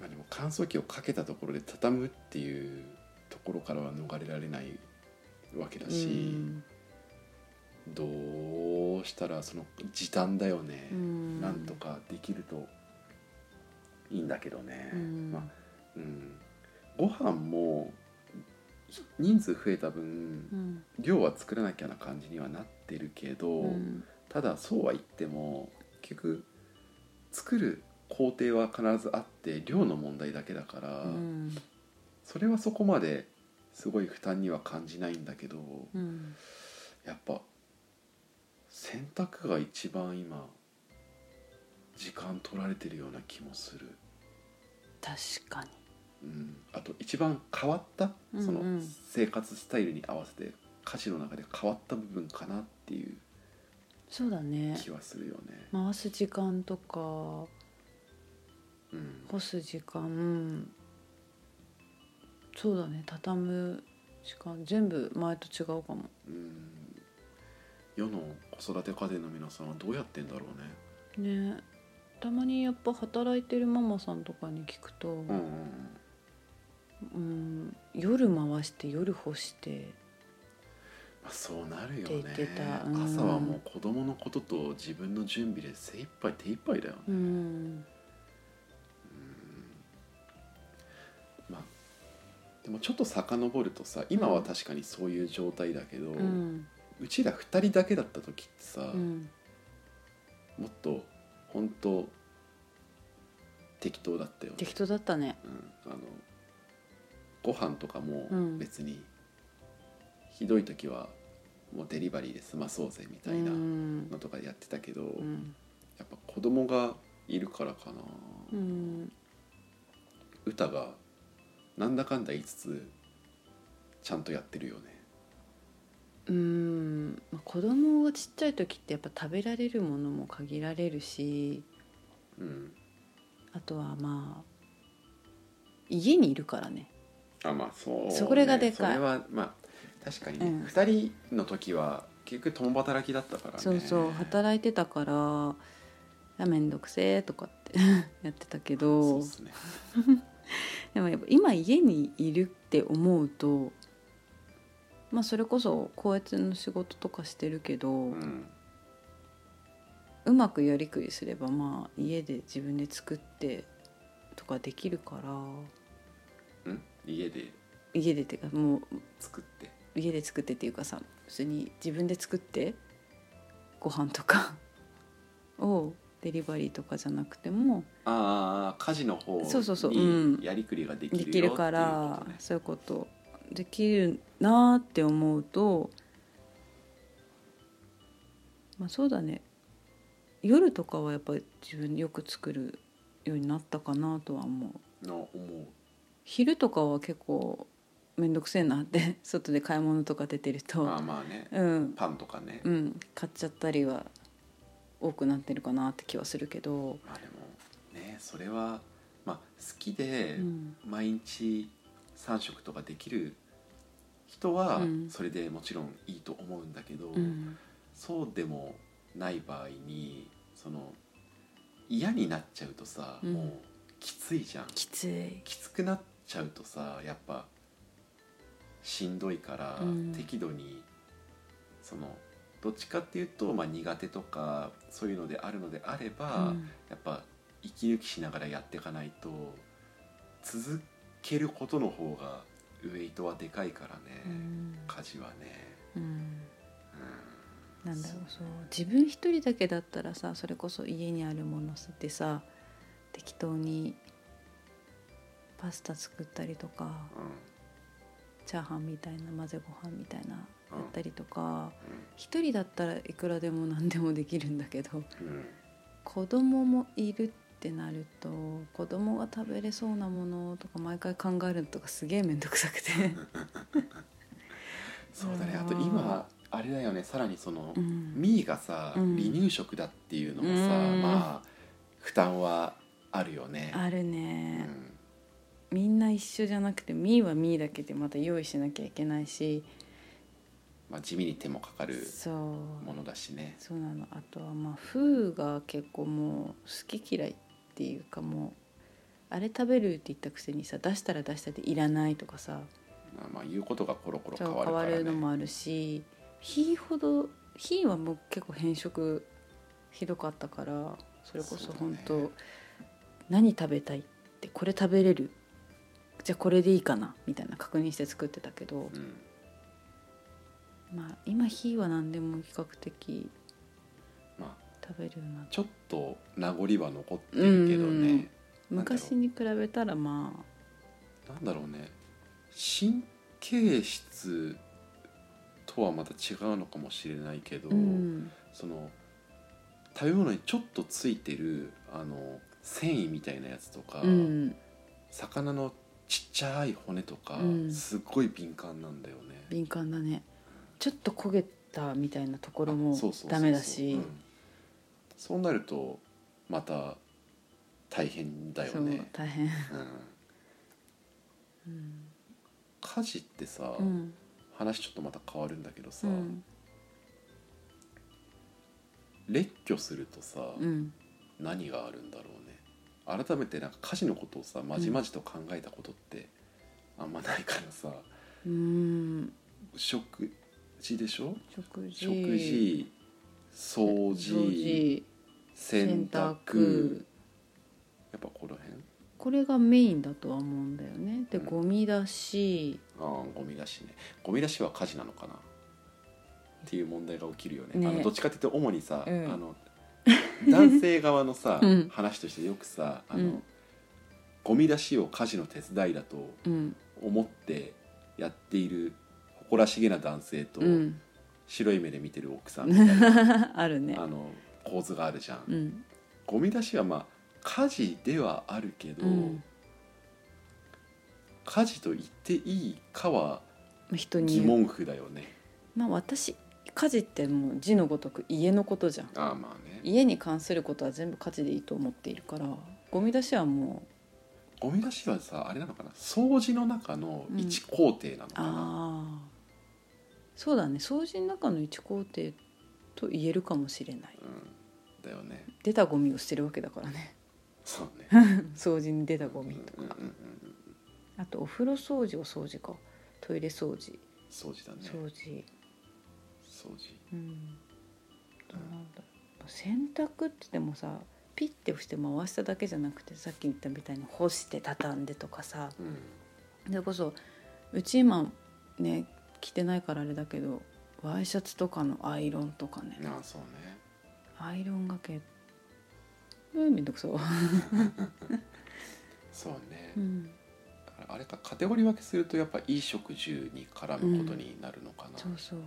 Speaker 1: まあ、でも乾燥機をかけたところで畳むっていうところからは逃れられないわけだ
Speaker 2: う
Speaker 1: し、
Speaker 2: ん
Speaker 1: どうしたらその時短だよね、
Speaker 2: うん
Speaker 1: なんとかできるといいんだけどね、
Speaker 2: うん
Speaker 1: まあうん、ご飯も人数増えた分、
Speaker 2: うん
Speaker 1: 量は作らなきゃな感じにはなってるけど、
Speaker 2: うん
Speaker 1: ただそうは言っても結局作る工程は必ずあって量の問題だけだから、
Speaker 2: うん
Speaker 1: それはそこまですごい負担には感じないんだけど
Speaker 2: うん
Speaker 1: やっぱ洗濯が一番今時間取られてるような気もする、
Speaker 2: 確かに
Speaker 1: うん、あと一番変わったその
Speaker 2: うんうん
Speaker 1: 生活スタイルに合わせて家事の中で変わった部分かなっていう
Speaker 2: そうだね
Speaker 1: 気はするよね。
Speaker 2: 回す時間とか
Speaker 1: うん
Speaker 2: 干す時間そうだね畳む時間全部前と違うかも
Speaker 1: うん世の子育て家庭の皆さんはどうやってんだろうね。
Speaker 2: ねたまにやっぱ働いてるママさんとかに聞くと、
Speaker 1: うんうん
Speaker 2: うん夜回して夜干して
Speaker 1: まあ、そうなるよ
Speaker 2: って
Speaker 1: ね
Speaker 2: 言ってたうん
Speaker 1: 朝はもう子供のことと自分の準備で精一杯手一杯だよね、
Speaker 2: うん
Speaker 1: まあ、でもちょっと遡るとさ今は確かにそういう状態だけど、う
Speaker 2: うん
Speaker 1: ちら2人だけだった時ってさ、
Speaker 2: うん
Speaker 1: もっと本当適当だったよね、
Speaker 2: 適当だったね
Speaker 1: うん、あのご飯とかも
Speaker 2: うん
Speaker 1: 別に、ひどい時はもうデリバリーで済まそうぜみたいうなの
Speaker 2: ん
Speaker 1: とかやってたけど、
Speaker 2: うん
Speaker 1: やっぱ子供がいるからかな、
Speaker 2: うん
Speaker 1: 歌がなんだかんだ言いつつちゃんとやってるよね
Speaker 2: うんまあ子供がちっちゃい時ってやっぱ食べられるものも限られるし
Speaker 1: うん
Speaker 2: あとはまあ家にいるからね
Speaker 1: あまあそう、
Speaker 2: そこがでかい
Speaker 1: それはまあ確かにね、
Speaker 2: うん
Speaker 1: 2人の時は結局共働きだったからね
Speaker 2: そうそう働いてたから「あめんどくせえ」とかって やってたけ
Speaker 1: そう
Speaker 2: ど
Speaker 1: っすね
Speaker 2: でもやっぱ今家にいるって思うとまあそれこそ高圧の仕事とかしてるけど、う
Speaker 1: うん
Speaker 2: まくやりくりすればまあ家で自分で作ってとかできるから
Speaker 1: うん家で
Speaker 2: 家でっていうかもう
Speaker 1: 作って
Speaker 2: 家で作ってっていうかさ普通に自分で作ってご飯とか をデリバリーとかじゃなくても
Speaker 1: ああ家事の方
Speaker 2: そうそうそううん
Speaker 1: にやりくりができる
Speaker 2: で
Speaker 1: よ
Speaker 2: きるか
Speaker 1: っ
Speaker 2: ら
Speaker 1: ていうことね
Speaker 2: そういうことできるなーって思うとまあそうだね夜とかはやっぱり自分でよく作るようになったかなとは思う
Speaker 1: な思う
Speaker 2: 昼とかは結構面倒くせえなって 外で買い物とか出てる
Speaker 1: ま
Speaker 2: と
Speaker 1: あまあね
Speaker 2: うん
Speaker 1: パンとかね、
Speaker 2: うん買っちゃったりは多くなってるかなって気はするけど、
Speaker 1: まあでもねそれはまあ好きで、
Speaker 2: うん
Speaker 1: 毎日3食とかできる人は
Speaker 2: うん
Speaker 1: それでもちろんいいと思うんだけど、
Speaker 2: うん
Speaker 1: そうでもない場合にその嫌になっちゃうとさ、
Speaker 2: うん
Speaker 1: もうきついじゃん
Speaker 2: きつい
Speaker 1: きつくなっちゃうとさやっぱしんどいから、
Speaker 2: うん
Speaker 1: 適度にそのどっちかっていうと、まあ、苦手とかそういうのであるのであれば、
Speaker 2: うん
Speaker 1: やっぱ息抜きしながらやっていかないと続けることの方がウエイトはでかいからね、
Speaker 2: うん
Speaker 1: 家事はね、
Speaker 2: うん
Speaker 1: う
Speaker 2: なんだろうそう自分一人だけだったらさそれこそ家にあるものでさ適当にパスタ作ったりとか
Speaker 1: ん、
Speaker 2: チャーハンみたいな混ぜご飯みたいな
Speaker 1: うん
Speaker 2: やったりとか一人だったらいくらでも何でもできるんだけど
Speaker 1: うんうん
Speaker 2: 子供もいるってなると子供が食べれそうなものとか毎回考えるのとかすげえ面倒くさくて
Speaker 1: そうだね
Speaker 2: うん
Speaker 1: あと今あれだよねさらにその、
Speaker 2: うん
Speaker 1: ミーがさ、
Speaker 2: うん
Speaker 1: 離乳食だっていうのもさ、
Speaker 2: うん
Speaker 1: まあ負担はあるよね、
Speaker 2: ある
Speaker 1: う
Speaker 2: ね、
Speaker 1: ん
Speaker 2: みんな一緒じゃなくてミーはミーだけでまた用意しなきゃいけないし
Speaker 1: まあ、地味に手もかかる
Speaker 2: そう
Speaker 1: ものだしね
Speaker 2: そうなのあとはまあフーが結構もう好き嫌いっていうかもうあれ食べるって言ったくせにさ出したら出したでいらないとかさ
Speaker 1: まあまあ言うことがコロコロ
Speaker 2: そ
Speaker 1: 変
Speaker 2: う
Speaker 1: わるか
Speaker 2: 変わ
Speaker 1: ら、ね、
Speaker 2: るのもあるし火ほど火はもう結構変色ひどかったからそれこそ
Speaker 1: そ
Speaker 2: う
Speaker 1: だね
Speaker 2: 本当、何食べたいってこれ食べれるじゃあこれでいいかなみたいな確認して作ってたけど、
Speaker 1: うん
Speaker 2: まあ今火は何でも比較的
Speaker 1: ま
Speaker 2: 食べるようになっ
Speaker 1: ちょっと名残は残ってるけどね、
Speaker 2: 昔に比べたらまあ
Speaker 1: なんだろうね神経質とはまた違うのかもしれないけど、
Speaker 2: うん
Speaker 1: その食べ物にちょっとついてるあの繊維みたいなやつとか、
Speaker 2: うん
Speaker 1: 魚のちっちゃい骨とか、
Speaker 2: うん
Speaker 1: すっごい敏感なんだよね。
Speaker 2: 敏感だねちょっと焦げたみたいなところも
Speaker 1: そうそうそうそう
Speaker 2: ダメだし
Speaker 1: うんそうなるとまた大変だよ
Speaker 2: そう
Speaker 1: ね。
Speaker 2: 大変
Speaker 1: うん
Speaker 2: うん
Speaker 1: 家事ってさ、
Speaker 2: うん
Speaker 1: 話ちょっとまた変わるんだけどさ、
Speaker 2: うん
Speaker 1: 列挙するとさ、
Speaker 2: うん
Speaker 1: 何があるんだろうね改めてなんか家事のことをさまじまじと考えたことってあんまないからさ、
Speaker 2: うん
Speaker 1: 食事でしょ
Speaker 2: 食事
Speaker 1: 食事掃除
Speaker 2: 掃除
Speaker 1: 洗
Speaker 2: 洗
Speaker 1: 濯
Speaker 2: 濯
Speaker 1: やっぱこの辺
Speaker 2: これがメインだとは思うんだよねで
Speaker 1: うん
Speaker 2: ゴミだし
Speaker 1: ああゴミ出しねゴミ出しは家事なのかなっていう問題が起きるよね
Speaker 2: ね
Speaker 1: あのどっちかっていうと主にさ、
Speaker 2: うん
Speaker 1: あの男性側のさ、
Speaker 2: うん
Speaker 1: 話としてよくさあの、
Speaker 2: うん
Speaker 1: ゴミ出しを家事の手伝いだと
Speaker 2: うん
Speaker 1: 思ってやっている誇らしげな男性と、
Speaker 2: うん
Speaker 1: 白い目で見てる奥さんみたいな、
Speaker 2: ある ね
Speaker 1: あの構図があるじゃん、
Speaker 2: うん
Speaker 1: ゴミ出しはまあ家事ではあるけど、
Speaker 2: うん
Speaker 1: 家事と言っていいかは
Speaker 2: 人に
Speaker 1: 疑
Speaker 2: 言う
Speaker 1: 問符だよね、
Speaker 2: まあ私家事ってもう字のごとく家のことじゃん
Speaker 1: ああまあね
Speaker 2: 家に関することは全部家事でいいと思っているからゴミ出しはもう
Speaker 1: ゴミ出しはさあれなのかな掃除の中の一工程なのかな、
Speaker 2: ああそうだね掃除の中の一工程と言えるかもしれない
Speaker 1: うんだよね
Speaker 2: 出たゴミを捨てるわけだからね
Speaker 1: そうね
Speaker 2: 掃除に出た ゴミとか、
Speaker 1: うんうんうんうん
Speaker 2: あとお風呂掃除お掃除かトイレ掃除
Speaker 1: 掃除だね
Speaker 2: 掃除
Speaker 1: 掃除
Speaker 2: うんあとなんだ洗濯って言ってもさピッて押して回しただけじゃなくてさっき言ったみたいに干して畳んでとかさ
Speaker 1: うん
Speaker 2: それこそうち今ね着てないからあれだけどワイシャツとかのアイロンとかね
Speaker 1: ああそうね
Speaker 2: アイロンがけうんめんどくそう、
Speaker 1: そうね、
Speaker 2: うん、
Speaker 1: あれかカテゴリー分けするとやっぱ衣食住に絡むことになるのかな、
Speaker 2: そうそう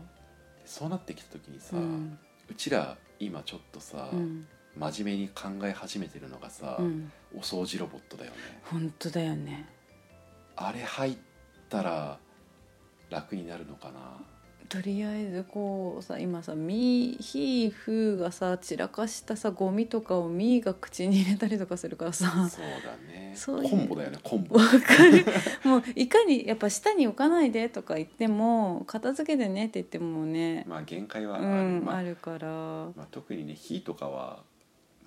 Speaker 1: そうなってきた時にさ、
Speaker 2: う
Speaker 1: うんちら今ちょっとさ、
Speaker 2: うん
Speaker 1: 真面目に考え始めてるのがさ、
Speaker 2: うん
Speaker 1: お掃除ロボットだよね
Speaker 2: 本当だよね
Speaker 1: あれ入ったら楽になるのかな
Speaker 2: とりあえずこうさ今さ「み」「ひ」「ふ」がさ散らかしたさゴミとかを「み」が口に入れたりとかするから さ
Speaker 1: そうだね
Speaker 2: そういう
Speaker 1: コンボだよねコンボ
Speaker 2: わかるもういかにやっぱ下に置かないでとか言っても片付けてねって言ってもね
Speaker 1: まあ限界はあ
Speaker 2: う
Speaker 1: る、
Speaker 2: ん
Speaker 1: まあ
Speaker 2: あるから
Speaker 1: まあ特にね火とかは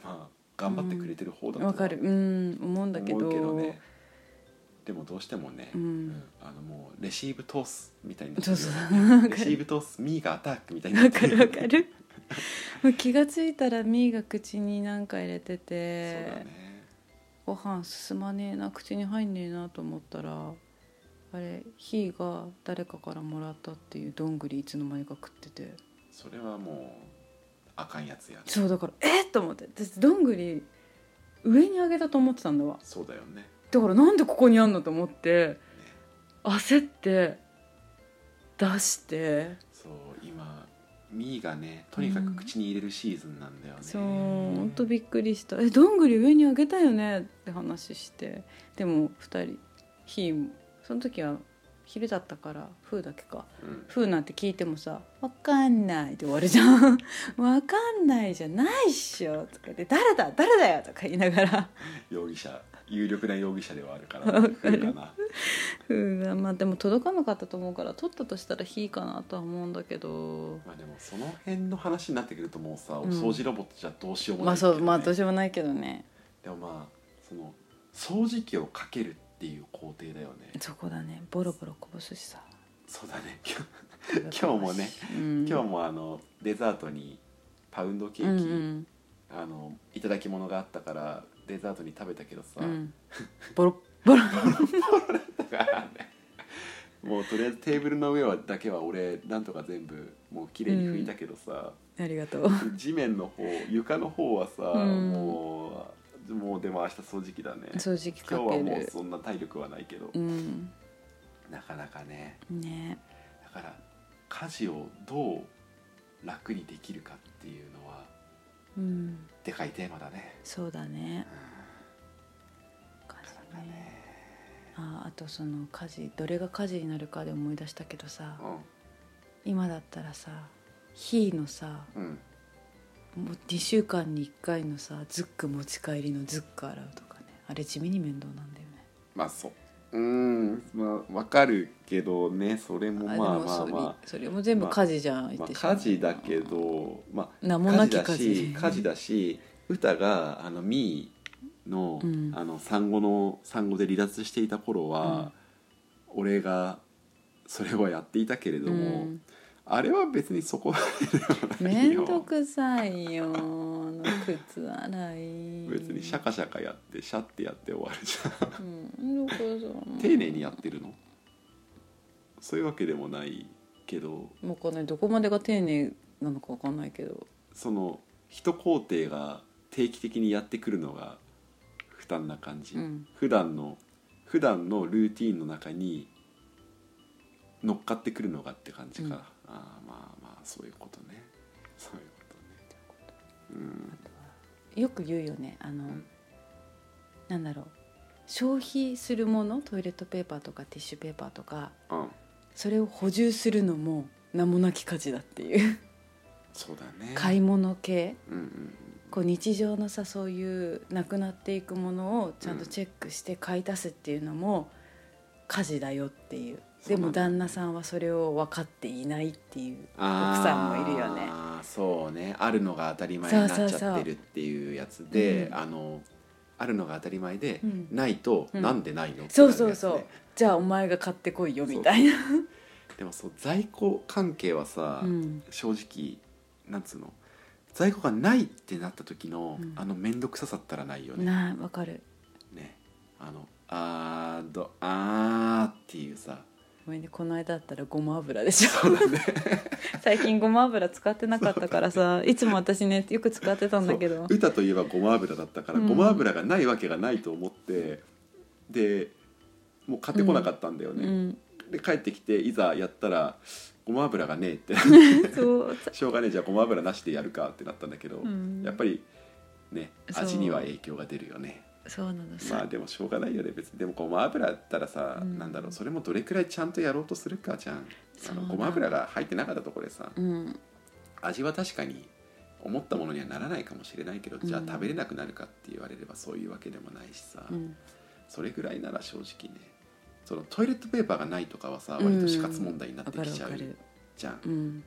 Speaker 1: まあ頑張ってくれてる方だとは
Speaker 2: わかるうん思うんだけど
Speaker 1: 思うけどねでもどうしてもね、
Speaker 2: うん
Speaker 1: あのもうレシーブ通すみたいになって
Speaker 2: そ
Speaker 1: る
Speaker 2: う
Speaker 1: よ
Speaker 2: そうわ
Speaker 1: ねレ
Speaker 2: か
Speaker 1: シー
Speaker 2: る
Speaker 1: ブ通すミーがアタックみたいにな
Speaker 2: わ
Speaker 1: って
Speaker 2: か
Speaker 1: る
Speaker 2: るわかる もう気がついたらみーが口に何か入れて
Speaker 1: そうだ
Speaker 2: て、
Speaker 1: ね
Speaker 2: ご飯進まねえな口に入んねえなと思ったらあれひーが誰かからもらったっていうどんぐりいつの間にか食ってて
Speaker 1: それはもうあかんやつやね
Speaker 2: そうだからえっと思って私どんぐり上にあげたと思ってたんだわ
Speaker 1: そうだよね
Speaker 2: だからなんでここにあんのと思って焦って出して
Speaker 1: そう今ミーがねとにかく口に入れるシーズンなんだよね、
Speaker 2: そう本当びっくりした「えどんぐり上にあげたよね」って話してでも2人ひーもその時は昼だったからふーだけか
Speaker 1: うん
Speaker 2: ふうなんて聞いてもさ「わかんない」って終わるじゃん 「わかんないじゃないっしょ」とかで「誰だ誰だよ」とか言いながら
Speaker 1: 容疑者有力な容疑者ではあるか
Speaker 2: わ
Speaker 1: ら
Speaker 2: かる
Speaker 1: 不利な
Speaker 2: ふうがまあでも届かなかったと思うから取ったとしたら「ひ」かなとは思うんだけど
Speaker 1: まあでもその辺の話になってくるともうさ、
Speaker 2: うん
Speaker 1: お掃除ロボットじゃどうしようも
Speaker 2: ま
Speaker 1: ない
Speaker 2: あそ
Speaker 1: けどね
Speaker 2: うまあどうしようもないけどね
Speaker 1: でもまあその掃除機をかけるっていう工程だよね
Speaker 2: そこだねボロボロこぼすしさ
Speaker 1: そうだ ね今日今日もね、
Speaker 2: うん、
Speaker 1: 日今日もあのデザートにパウンドケ
Speaker 2: う
Speaker 1: ー
Speaker 2: ん
Speaker 1: キ、
Speaker 2: うん
Speaker 1: あのいただき物があったからデザートに食べたけどさ、
Speaker 2: うん、ボロボ ロ
Speaker 1: だからねもうとりあえずテーブルの上はだけは俺なんとか全部もう綺麗に拭いたけどさ、
Speaker 2: ありがとう
Speaker 1: 地面の方床の方はさ、
Speaker 2: うん
Speaker 1: もうもうでも明日掃除機だね
Speaker 2: 掃除機か
Speaker 1: 今日は
Speaker 2: け
Speaker 1: もう
Speaker 2: る
Speaker 1: そんな体力はないけど、
Speaker 2: うん
Speaker 1: なかかなかね
Speaker 2: ね
Speaker 1: だから家事をどう楽にできるかっていうのは
Speaker 2: うん
Speaker 1: でかいテーマだね
Speaker 2: そうだね
Speaker 1: うん
Speaker 2: 家事ね
Speaker 1: なかなかね
Speaker 2: ああとその家事どれが家事になるかで思い出したけどさ
Speaker 1: う
Speaker 2: 今だったらさ火のさ
Speaker 1: んうん
Speaker 2: もう2週間に1回のさズック持ち帰りのズック洗うとかねあれ地味に面倒なんだよね
Speaker 1: まあそううんまあわかるけどねそれもまあ
Speaker 2: あでも
Speaker 1: まあ
Speaker 2: それ
Speaker 1: ま
Speaker 2: それも全部家事じゃん、
Speaker 1: あ、
Speaker 2: 言
Speaker 1: ま
Speaker 2: っ
Speaker 1: あ、
Speaker 2: てしまえ
Speaker 1: 家
Speaker 2: ば
Speaker 1: 事だけどまあ
Speaker 2: 名も
Speaker 1: 家
Speaker 2: な
Speaker 1: 事
Speaker 2: き
Speaker 1: だ
Speaker 2: 家
Speaker 1: し
Speaker 2: 事
Speaker 1: 家事だし歌があのミーの,、
Speaker 2: うん
Speaker 1: あの産後の産後で離脱していた頃は、俺がそれはやっていたけれども、
Speaker 2: うん
Speaker 1: あれは別にそこまでではない
Speaker 2: め
Speaker 1: よ
Speaker 2: んどくさいよあの靴洗い
Speaker 1: 別にシャカシャカやってシャってやって終わるじゃん
Speaker 2: うんめんどくさい
Speaker 1: 丁寧にやってるのそういうわけでもないけど
Speaker 2: もうこねどこまでが丁寧なのかわかんないけど
Speaker 1: その一工程が定期的にやってくるのが負担な感じ、
Speaker 2: うん
Speaker 1: 普段の普段のルーティンの中に乗っかってくるのがって感じかな、
Speaker 2: うん
Speaker 1: ああまあまあそういうことねそういうことねうん
Speaker 2: よく言うよねあの、
Speaker 1: ん
Speaker 2: なんだろう消費するものトイレットペーパーとかティッシュペーパーとか
Speaker 1: うん
Speaker 2: それを補充するのも名もなき家事だっていう
Speaker 1: そうだね
Speaker 2: 買い物系
Speaker 1: うんうん
Speaker 2: こう日常のさそういうなくなっていくものをちゃんとチェックして買い足すっていうのも家事だよっていう
Speaker 1: そ
Speaker 2: で
Speaker 1: うなんだ
Speaker 2: も旦那さんはそれを分かっていないっていう
Speaker 1: あー
Speaker 2: 奥さんもいるよね
Speaker 1: そうねあるのが当たり前になっちゃってるっていうやつで
Speaker 2: そうそうそううん
Speaker 1: あのあるのが当たり前で、
Speaker 2: うん
Speaker 1: ないと、
Speaker 2: うん
Speaker 1: なんでないのって
Speaker 2: そ
Speaker 1: な
Speaker 2: う
Speaker 1: るやつね
Speaker 2: そうそうじゃあお前が買ってこいよみたいな
Speaker 1: でもそう在庫関係はさ、
Speaker 2: うん
Speaker 1: 正直なんつうの在庫がないってなった時の、
Speaker 2: うん
Speaker 1: あの面倒くささったらないよね
Speaker 2: なあわかる
Speaker 1: ねあのあーどあーっていうさ
Speaker 2: ごめんねこの間だったらごま油でしょ
Speaker 1: そうだね
Speaker 2: 最近ごま油使ってなかったからさ、いつも私ねよく使ってたんだけど
Speaker 1: そう歌といえばごま油だったから、
Speaker 2: うん
Speaker 1: ごま油がないわけがないと思ってでもう買ってこなかったんだよ
Speaker 2: う
Speaker 1: ね、
Speaker 2: ん
Speaker 1: で帰ってきていざやったらごま油がねえって
Speaker 2: そう
Speaker 1: しょうがねえじゃあごま油なしでやるかってなったんだけど、
Speaker 2: うん
Speaker 1: やっぱりね
Speaker 2: そう
Speaker 1: 味には影響が出るよね
Speaker 2: そうなの
Speaker 1: まあ
Speaker 2: さ、
Speaker 1: でもしょうがないよね別にでもごま油だったらさ、
Speaker 2: うん
Speaker 1: なんだろうそれもどれくらいちゃんとやろうとするかじゃんあ
Speaker 2: そう
Speaker 1: の
Speaker 2: なの
Speaker 1: ごま油が入ってなかったところでさ
Speaker 2: うん
Speaker 1: 味は確かに思ったものにはならないかもしれないけど、じゃあ食べれなくなるかって言われればそういうわけでもないしさ、
Speaker 2: うん、
Speaker 1: それぐらいなら正直ねそのトイレットペーパーがないとかはさ
Speaker 2: うん
Speaker 1: 割と死活問題にな
Speaker 2: わ
Speaker 1: って
Speaker 2: か
Speaker 1: き
Speaker 2: るわ
Speaker 1: ちゃう
Speaker 2: かる
Speaker 1: じゃん、
Speaker 2: うん
Speaker 1: うん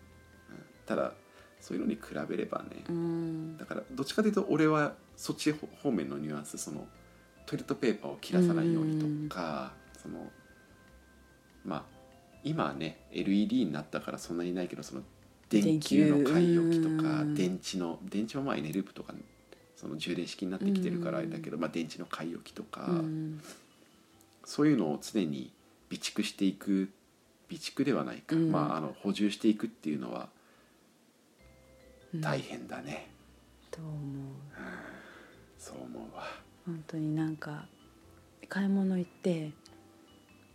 Speaker 1: ただそういうのに比べればね、
Speaker 2: うん
Speaker 1: だからどっちかというと俺はそっち方面のニュアンスそのトイレットペーパーを切らさないようにとか、そのまあ今はね LED になったからそんなにないけどその電球の買い置きとか
Speaker 2: 電球
Speaker 1: 電池の電池はまあエネループとかその充電式になってきてるからあれだけど、まあ、電池の買い置きとか、
Speaker 2: うん
Speaker 1: そういうのを常に備蓄していく備蓄ではないか、
Speaker 2: うん
Speaker 1: まあ、あの補充していくっていうのは
Speaker 2: うん
Speaker 1: 大変だね、
Speaker 2: と思う
Speaker 1: そう思うわ。
Speaker 2: 本当になんか買い物行って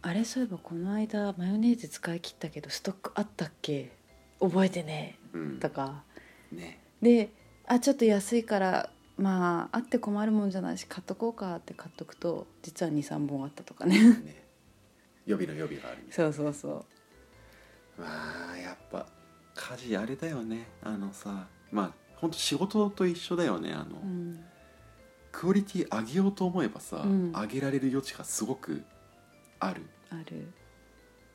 Speaker 2: あれそういえばこの間マヨネーズ使い切ったけどストックあったっけ覚えてね
Speaker 1: うん
Speaker 2: とか
Speaker 1: ね
Speaker 2: であちょっと安いからまああって困るもんじゃないし買っとこうかって買っとくと実は23本あったとかね
Speaker 1: ね予備の予備があるみたい
Speaker 2: そうそうそう
Speaker 1: まあやっぱ家事あれだよねあのさまあほんと仕事と一緒だよねあの、
Speaker 2: うん
Speaker 1: クオリティ上げようと思えばさ、
Speaker 2: うん
Speaker 1: 上げられる余地がすごくある
Speaker 2: ある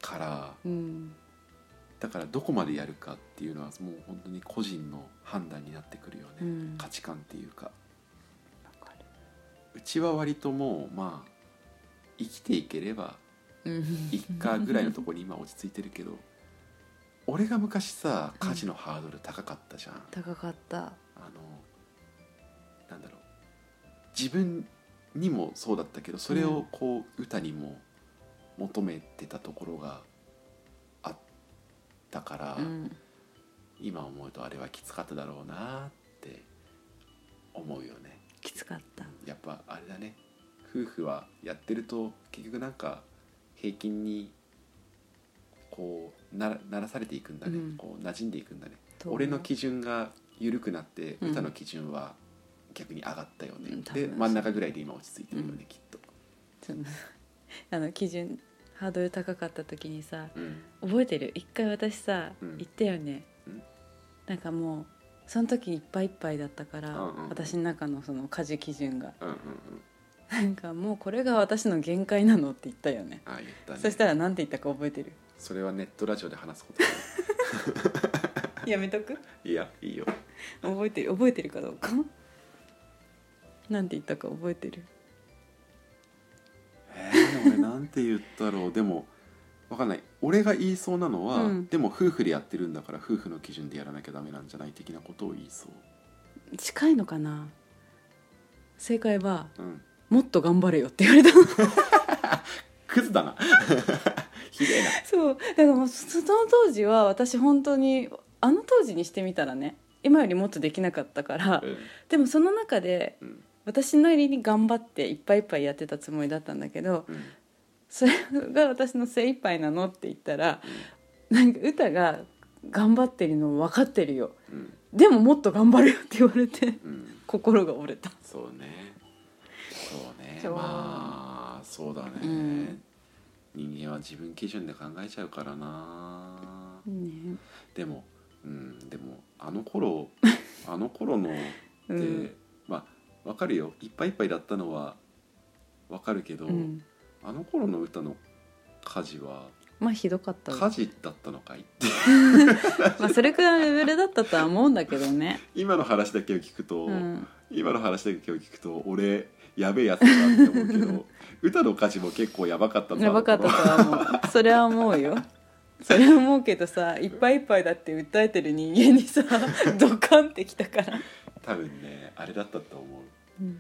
Speaker 1: から
Speaker 2: うん
Speaker 1: だからどこまでやるかっていうのはもう本当に個人の判断になってくるよね、
Speaker 2: うん
Speaker 1: 価値観っていうか
Speaker 2: わか
Speaker 1: うちは割ともうまあ生きていければ
Speaker 2: るうん
Speaker 1: いっかぐらいのところに今落ち着いてるけど俺が昔さ家事のハードル高かったじゃん、
Speaker 2: 高かった
Speaker 1: あのなんだろう自分にもそうだったけどそれをこう歌にも求めてたところがあったから、
Speaker 2: うん
Speaker 1: 今思うとあれはきつかっただろうなって思うよね
Speaker 2: きつかった
Speaker 1: やっぱあれだね夫婦はやってると結局なんか平均にこうならならされていくんだね、
Speaker 2: うん
Speaker 1: こう馴染んでいくんだね
Speaker 2: と
Speaker 1: 俺の基準が緩くなって
Speaker 2: うん
Speaker 1: 歌の基準は逆に上がったよね、
Speaker 2: うん多分
Speaker 1: で真ん中ぐらいで今落ち着いてるよね、
Speaker 2: うん
Speaker 1: きっと、
Speaker 2: その あの基準ハードル高かった時にさ
Speaker 1: うん
Speaker 2: 覚えてる一回私さ、
Speaker 1: うん
Speaker 2: 言ったよね、
Speaker 1: うん
Speaker 2: なんかもうその時いっぱいいっぱいだったから、
Speaker 1: うんうんうん
Speaker 2: 私の中のその家事基準が
Speaker 1: うんうんうん
Speaker 2: なんかもうこれが私の限界なのって言ったよね
Speaker 1: ああ言ったね
Speaker 2: そしたら何て言ったか覚えてる
Speaker 1: それはネットラジオで話すことだよ
Speaker 2: やめとく
Speaker 1: いやいいよ
Speaker 2: 覚えてる覚えてるかどうか何て言ったか覚えてる
Speaker 1: えー、俺なんて言ったろうでもわかんない俺が言いそうなのは、
Speaker 2: うん
Speaker 1: でも夫婦でやってるんだから夫婦の基準でやらなきゃダメなんじゃない的なことを言いそう
Speaker 2: 近いのかな正解は
Speaker 1: うん
Speaker 2: 「もっと頑張れよ」って言われた
Speaker 1: クズだな ひでえな
Speaker 2: そうだからもうそその当時は私本当にあの当時にしてみたらね今よりもっとできなかったからでもその中で
Speaker 1: うん
Speaker 2: 私なりに頑張っていっぱいいっぱいやってたつもりだったんだけど
Speaker 1: うん
Speaker 2: それが私の精一杯なのって言ったらなんか歌が頑張ってるの分かってるよ
Speaker 1: うん
Speaker 2: でももっと頑張るよって言われて
Speaker 1: うん
Speaker 2: 心が折れた
Speaker 1: そうねそうね
Speaker 2: そう
Speaker 1: まあそうだね、
Speaker 2: うん
Speaker 1: 人間は自分基準で考えちゃうからな
Speaker 2: ね
Speaker 1: でもうんでもあの 頃あの頃の
Speaker 2: う
Speaker 1: で、
Speaker 2: ん
Speaker 1: まあわかるよいっぱいいっぱいだったのはわかるけど、
Speaker 2: うん
Speaker 1: あの頃の歌の家事は
Speaker 2: まあひどかったわ
Speaker 1: 家事だったのかい って
Speaker 2: まあそれくらいのレベルだったとは思うんだけどね
Speaker 1: 今の話だけを聞くと、
Speaker 2: うん
Speaker 1: 今の話だけを聞くと俺やべえやつだなって思うけ ど歌の歌詞も結構やばかったぞ
Speaker 2: やばかったと
Speaker 1: あの頃
Speaker 2: は思うそれは思うよそれは思うけどさいっぱいいっぱいだって訴えてる人間にさドカンってきたから、
Speaker 1: 多分ねあれだったと思う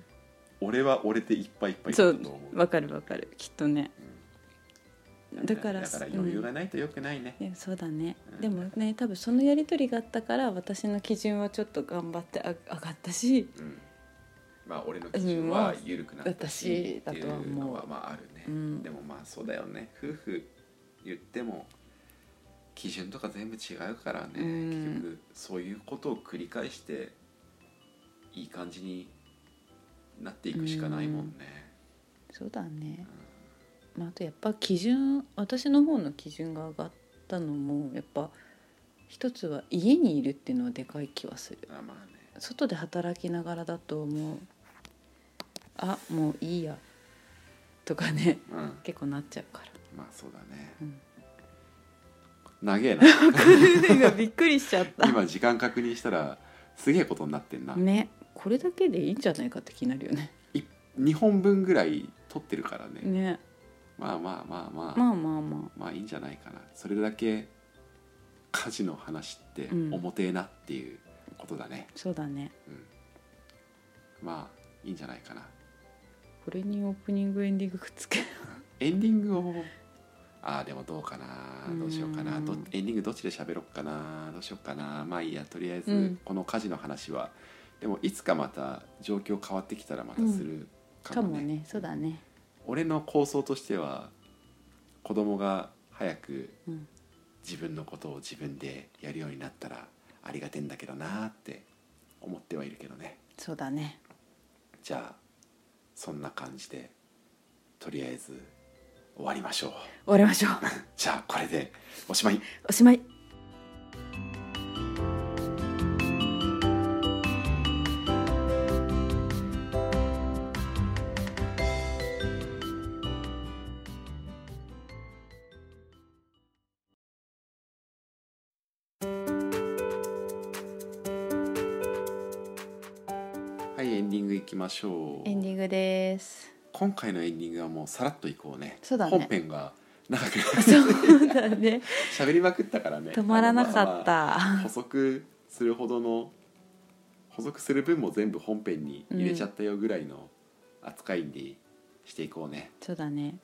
Speaker 1: 俺は俺でいっぱいいっぱいだ
Speaker 2: そ
Speaker 1: ったと
Speaker 2: う
Speaker 1: 思う
Speaker 2: わかるわかるきっとねだから
Speaker 1: だから余裕がないとよくないね、
Speaker 2: でもそうだね
Speaker 1: うん
Speaker 2: でもね多分そのやり取りがあったから私の基準はちょっと頑張ってあ上がったし
Speaker 1: うんまあ俺の基準は緩くなった
Speaker 2: う
Speaker 1: し、
Speaker 2: んまあ
Speaker 1: っていうのは
Speaker 2: 私だとは思う
Speaker 1: まああるね、
Speaker 2: うん
Speaker 1: でもまあそうだよね夫婦言っても基準とか全部違うからね、
Speaker 2: うん
Speaker 1: 結局そういうことを繰り返していい感じになっていくしかないもんね、
Speaker 2: そうだね、まあ、あとやっぱ基準私の方の基準が上がったのもやっぱ一つは家にいるっていうのはでかい気はする
Speaker 1: あまあね
Speaker 2: 外で働きながらだともうあもういいやとかね
Speaker 1: うん
Speaker 2: 結構なっちゃうから、
Speaker 1: まあそうだね
Speaker 2: うん
Speaker 1: 長 えな
Speaker 2: 今びっくりしちゃった
Speaker 1: 今時間確認したらすげえことになってんな、
Speaker 2: ねこれだけでいいんじゃないかって気になるよね
Speaker 1: い2本分ぐらい取ってるからね、
Speaker 2: ね
Speaker 1: まあまあまあまあ、
Speaker 2: まあまあま
Speaker 1: まあいいんじゃないかなそれだけ家事の話って
Speaker 2: うん
Speaker 1: 重てえなっていうことだね
Speaker 2: あ、そうだね
Speaker 1: まあいいんじゃないかな
Speaker 2: これにオープニングエンディングくっつけ
Speaker 1: エンディングをああでもどうかな
Speaker 2: うん
Speaker 1: どうしようかなどエンディングどっちで喋ろうかなどうしようかなまあいいやとりあえ
Speaker 2: う
Speaker 1: ず
Speaker 2: ん
Speaker 1: この家事の話は、でもいつかまた状況変わってきたらまたする
Speaker 2: か
Speaker 1: かも
Speaker 2: も
Speaker 1: ね,、
Speaker 2: ねそうだね
Speaker 1: 俺の構想としては子供が早く
Speaker 2: うん
Speaker 1: 自分のことを自分でやるようになったらありがてんだけどなーって思ってはいるけどね
Speaker 2: そうだね
Speaker 1: じゃあそんな感じでとりあえず終わりましょう
Speaker 2: 終わりましょう
Speaker 1: じゃあこれでおしまい
Speaker 2: おしまい
Speaker 1: はいエンディングいきましょう
Speaker 2: エンディングです
Speaker 1: 今回のエンディングはもうさらっといこうね
Speaker 2: そうだね
Speaker 1: 本編が長くなる
Speaker 2: そうだね
Speaker 1: 喋りまくったからね
Speaker 2: 止まらなかっ
Speaker 1: あのまあまあ
Speaker 2: た
Speaker 1: 補足するほどの補足する分も全部本編に入れちゃったよぐらいの扱いにしていこうね、
Speaker 2: そうだね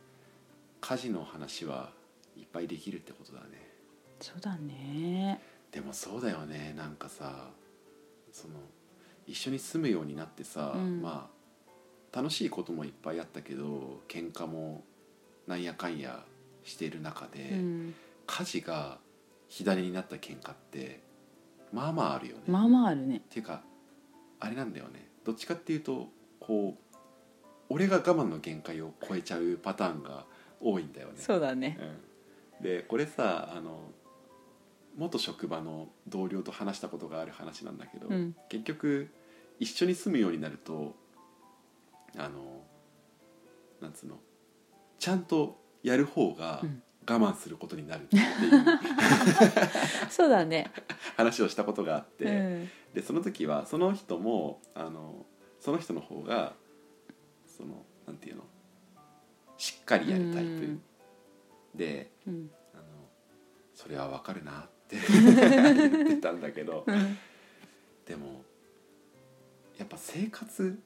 Speaker 1: 家事の話はいっぱいできるってことだね
Speaker 2: そうだね
Speaker 1: でもそうだよねなんかさその一緒に住むようになってさ、
Speaker 2: うん
Speaker 1: まあ楽しいこともいっぱいあったけど喧嘩もなんやかんやしてる中で、
Speaker 2: うん
Speaker 1: 家家事が火種になった喧嘩ってまあまああるよね、
Speaker 2: まあまああるね
Speaker 1: っていうかあれなんだよねどっちかっていうとこう俺が我慢の限界を超えちゃうパターンが多いんだよね
Speaker 2: そうだね
Speaker 1: うんでこれさあの元職場の同僚と話したことがある話なんだけど、
Speaker 2: うん
Speaker 1: 結局一緒に住むようになるとあのなんつうのちゃんとやる方が
Speaker 2: うん
Speaker 1: 我慢することになるっていう
Speaker 2: そうだね
Speaker 1: 話をしたことがあっ て、
Speaker 2: うん
Speaker 1: でその時はその人もあのその人の方がそのなんていうのしっかりやるタイ
Speaker 2: う
Speaker 1: プ
Speaker 2: ん
Speaker 1: で
Speaker 2: うん
Speaker 1: あのそれはわかるなって 言ってたんだけど
Speaker 2: うん
Speaker 1: でもやっぱ生活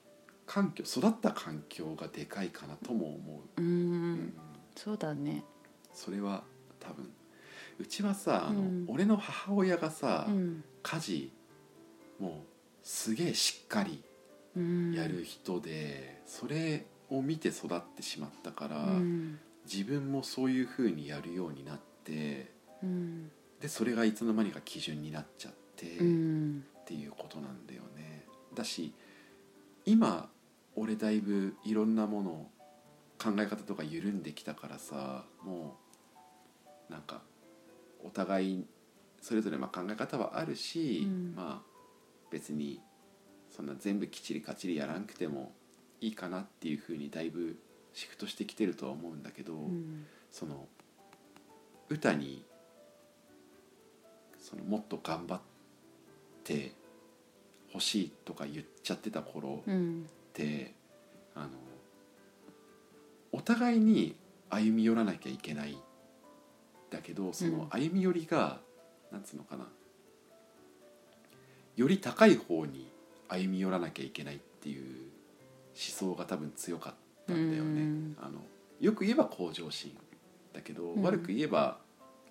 Speaker 1: 環境育った環境がでかいかなとも思
Speaker 2: う
Speaker 1: う、うんん
Speaker 2: そうだね
Speaker 1: それは多分うちはさあの、
Speaker 2: うん
Speaker 1: 俺の母親がさ、
Speaker 2: うん
Speaker 1: 家事もうすげえしっかり
Speaker 2: うん
Speaker 1: やる人で、それを見て育ってしまったから、
Speaker 2: うん
Speaker 1: 自分もそういう風にやるようになって
Speaker 2: うん
Speaker 1: でそれがいつの間にか基準になっちゃって、
Speaker 2: う
Speaker 1: っ
Speaker 2: ん
Speaker 1: ていうことなんだよね。だし今俺だいぶいろんなもの考え方とか緩んできたからさもうなんかお互いそれぞれまあ考え方はあるし、
Speaker 2: うん
Speaker 1: まあ別にそんな全部きっちりかっちりやらなくてもいいかなっていうふうにだいぶシフトしてきてるとは思うんだけど。
Speaker 2: うん
Speaker 1: その歌にそのもっと頑張ってほしいとか言っちゃってた頃
Speaker 2: う
Speaker 1: っ
Speaker 2: ん
Speaker 1: て、あのお互いに歩み寄らなきゃいけないだけどそうの
Speaker 2: ん
Speaker 1: 歩み寄りが、なんつうのかなより高い方に歩み寄らなきゃいけないっていう思想が多分強かったんだよね。
Speaker 2: うん
Speaker 1: あのよく言えば向上心だけど、
Speaker 2: うん
Speaker 1: 悪く言えば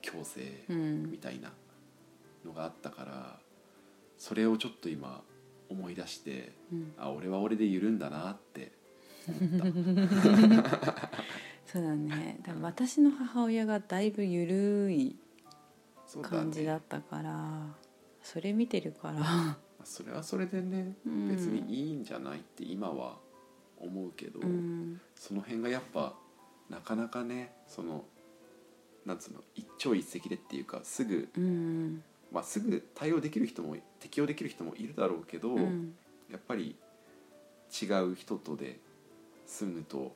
Speaker 1: 強制
Speaker 2: うん
Speaker 1: みたいなのがあったからそれをちょっと今思い出して
Speaker 2: うん
Speaker 1: あ俺は俺で緩んだ なって思った。
Speaker 2: そうだねでも私の母親がだいぶ緩い
Speaker 1: そうだね
Speaker 2: 感じだったからそれ見てるから
Speaker 1: それはそれでね
Speaker 2: うん
Speaker 1: 別にいいんじゃないって今は思うけど、
Speaker 2: うん
Speaker 1: その辺がやっぱなかなかねそのなんつうの一朝一夕でっていうかすぐ、
Speaker 2: うん
Speaker 1: まあ、すぐ対応できる人も適応できる人もいるだろうけど、
Speaker 2: うん
Speaker 1: やっぱり違う人とで住むと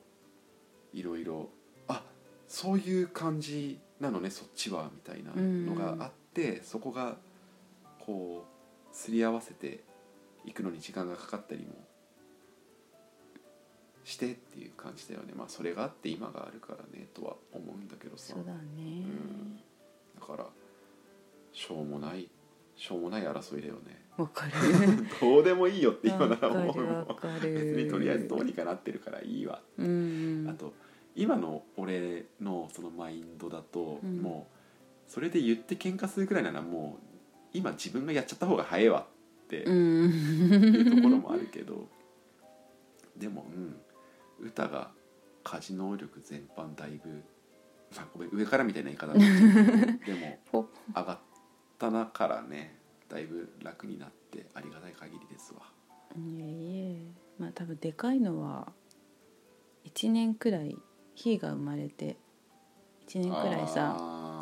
Speaker 1: いろいろあそういう感じなのねそっちはみたいなのがあって、そこがこうすり合わせていくのに時間がかかったりもしてっていう感じだよねまあそれがあって今があるからねとは思うんだけどさ
Speaker 2: そうだね
Speaker 1: んだからしょうもないしょうもない争いだよね
Speaker 2: わかる
Speaker 1: どうでもいいよって今
Speaker 2: わ
Speaker 1: な
Speaker 2: から
Speaker 1: 思う
Speaker 2: る
Speaker 1: も
Speaker 2: わ
Speaker 1: ん
Speaker 2: かる
Speaker 1: 別にとりあえずどうにかなってるからいいわ、
Speaker 2: うん
Speaker 1: あと今の俺のそのマインドだと、
Speaker 2: うん
Speaker 1: もうそれで言って喧嘩するくらいならもう今自分がやっちゃった方が早いわって
Speaker 2: う
Speaker 1: い
Speaker 2: ん
Speaker 1: うところもあるけど、 でもうん歌が家事能力全般だいぶ、まあ、ごめん上からみたいな言い方になっちゃうけど でも
Speaker 2: ほ
Speaker 1: 上がったなからねだいぶ楽になってありがたい限りですわ。
Speaker 2: いえいえまあ多分でかいのは1年くらいひーが生まれて1年くらいさ
Speaker 1: あ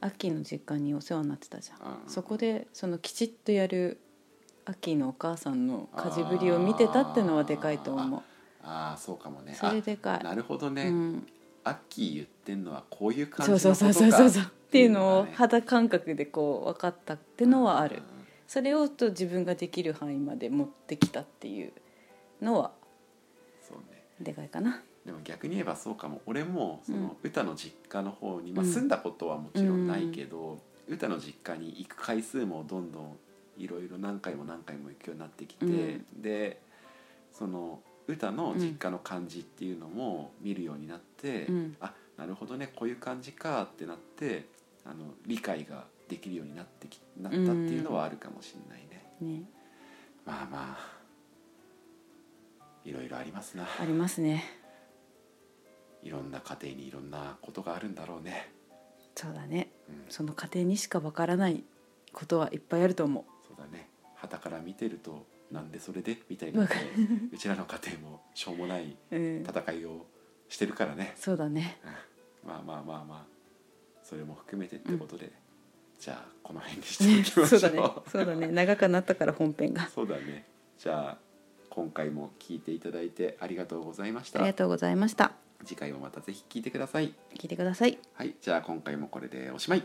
Speaker 2: 秋の実家にお世話になってたじゃん
Speaker 1: うん
Speaker 2: そこでそのきちっとやる秋のお母さんの家事ぶりを見てたってのはでかいと思う
Speaker 1: ーあーそうかもね
Speaker 2: それでか
Speaker 1: なるほど
Speaker 2: い、
Speaker 1: ね、
Speaker 2: うん、
Speaker 1: アッキー言ってんのはこういう感じ
Speaker 2: そ
Speaker 1: の
Speaker 2: う
Speaker 1: こと
Speaker 2: そう
Speaker 1: か
Speaker 2: そうそうそうそうっていうの
Speaker 1: っ
Speaker 2: を
Speaker 1: ていうのがね
Speaker 2: 肌感覚でこう分かったってのはあるそれをと自分ができる範囲まで持ってきたっていうのは
Speaker 1: そうね
Speaker 2: でかいかな
Speaker 1: でも逆に言えばそうかも俺もその歌の実家の方に、まあ、
Speaker 2: うん
Speaker 1: 住んだことはもちろんないけど、歌の実家に行く回数もどんどんいろいろ何回も何回も行くようになってきて、
Speaker 2: うん
Speaker 1: でその歌の実家の感じっていうのも見るようになって、
Speaker 2: うん
Speaker 1: あなるほどねこういう感じかってなってあの理解ができるようになってきなったっていうのはあるかもしれないね。
Speaker 2: ね
Speaker 1: まあまあいろいろありますな
Speaker 2: ありますね
Speaker 1: いろんな家庭にいろんなことがあるんだろうね
Speaker 2: そうだね
Speaker 1: うん
Speaker 2: その家庭にしかわからないことはいっぱいあると思
Speaker 1: そうだね旗から見てるとなんでそれでみたいうな
Speaker 2: わ
Speaker 1: ので
Speaker 2: かる
Speaker 1: うちらの家庭もしょうもない
Speaker 2: うん
Speaker 1: 戦いをしてるからね
Speaker 2: そうだ ね
Speaker 1: まあまあまあまあそれも含めてってことで、じゃあこの辺にしていきまし ょ
Speaker 2: そううだねそうだね長くなったから本編が
Speaker 1: そうだねじゃあ今回も聞いていただいてありがとうございまし
Speaker 2: あり
Speaker 1: た
Speaker 2: がとうございました
Speaker 1: 次回もまたぜひ聞いてください
Speaker 2: 聞いてください
Speaker 1: はいじゃあ今回もこれでおしまい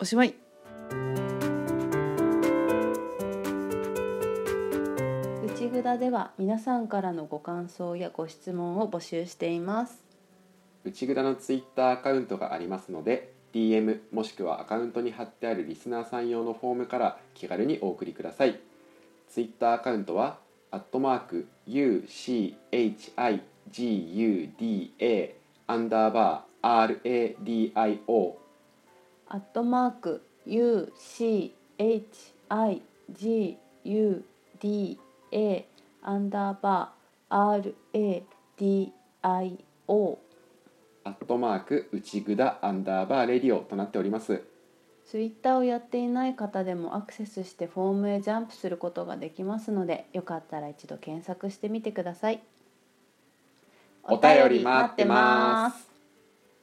Speaker 2: おしまい内ぐだでは皆さんからのご感想やご質問を募集しています
Speaker 1: 内蔵のツイッターアカウントがありますので DM もしくはアカウントに貼ってあるリスナーさん用のフォームから気軽にお送りくださいツイッターアカウントは「アットマーク #UCHIGUDA アンダーバー RADIO
Speaker 2: アットマーク UCHIGUDA アンダーバー RADIO
Speaker 1: アットマーク内ぐだアンダーバーレディオとなっております
Speaker 2: ツイッターをやっていない方でもアクセスしてフォームへジャンプすることができますのでよかったら一度検索してみてください
Speaker 1: お便り待ってます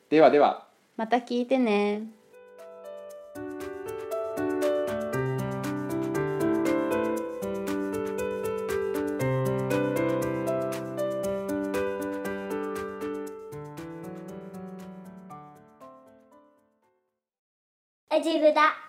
Speaker 1: ではでは
Speaker 2: また聞いてね
Speaker 3: うちぶだ。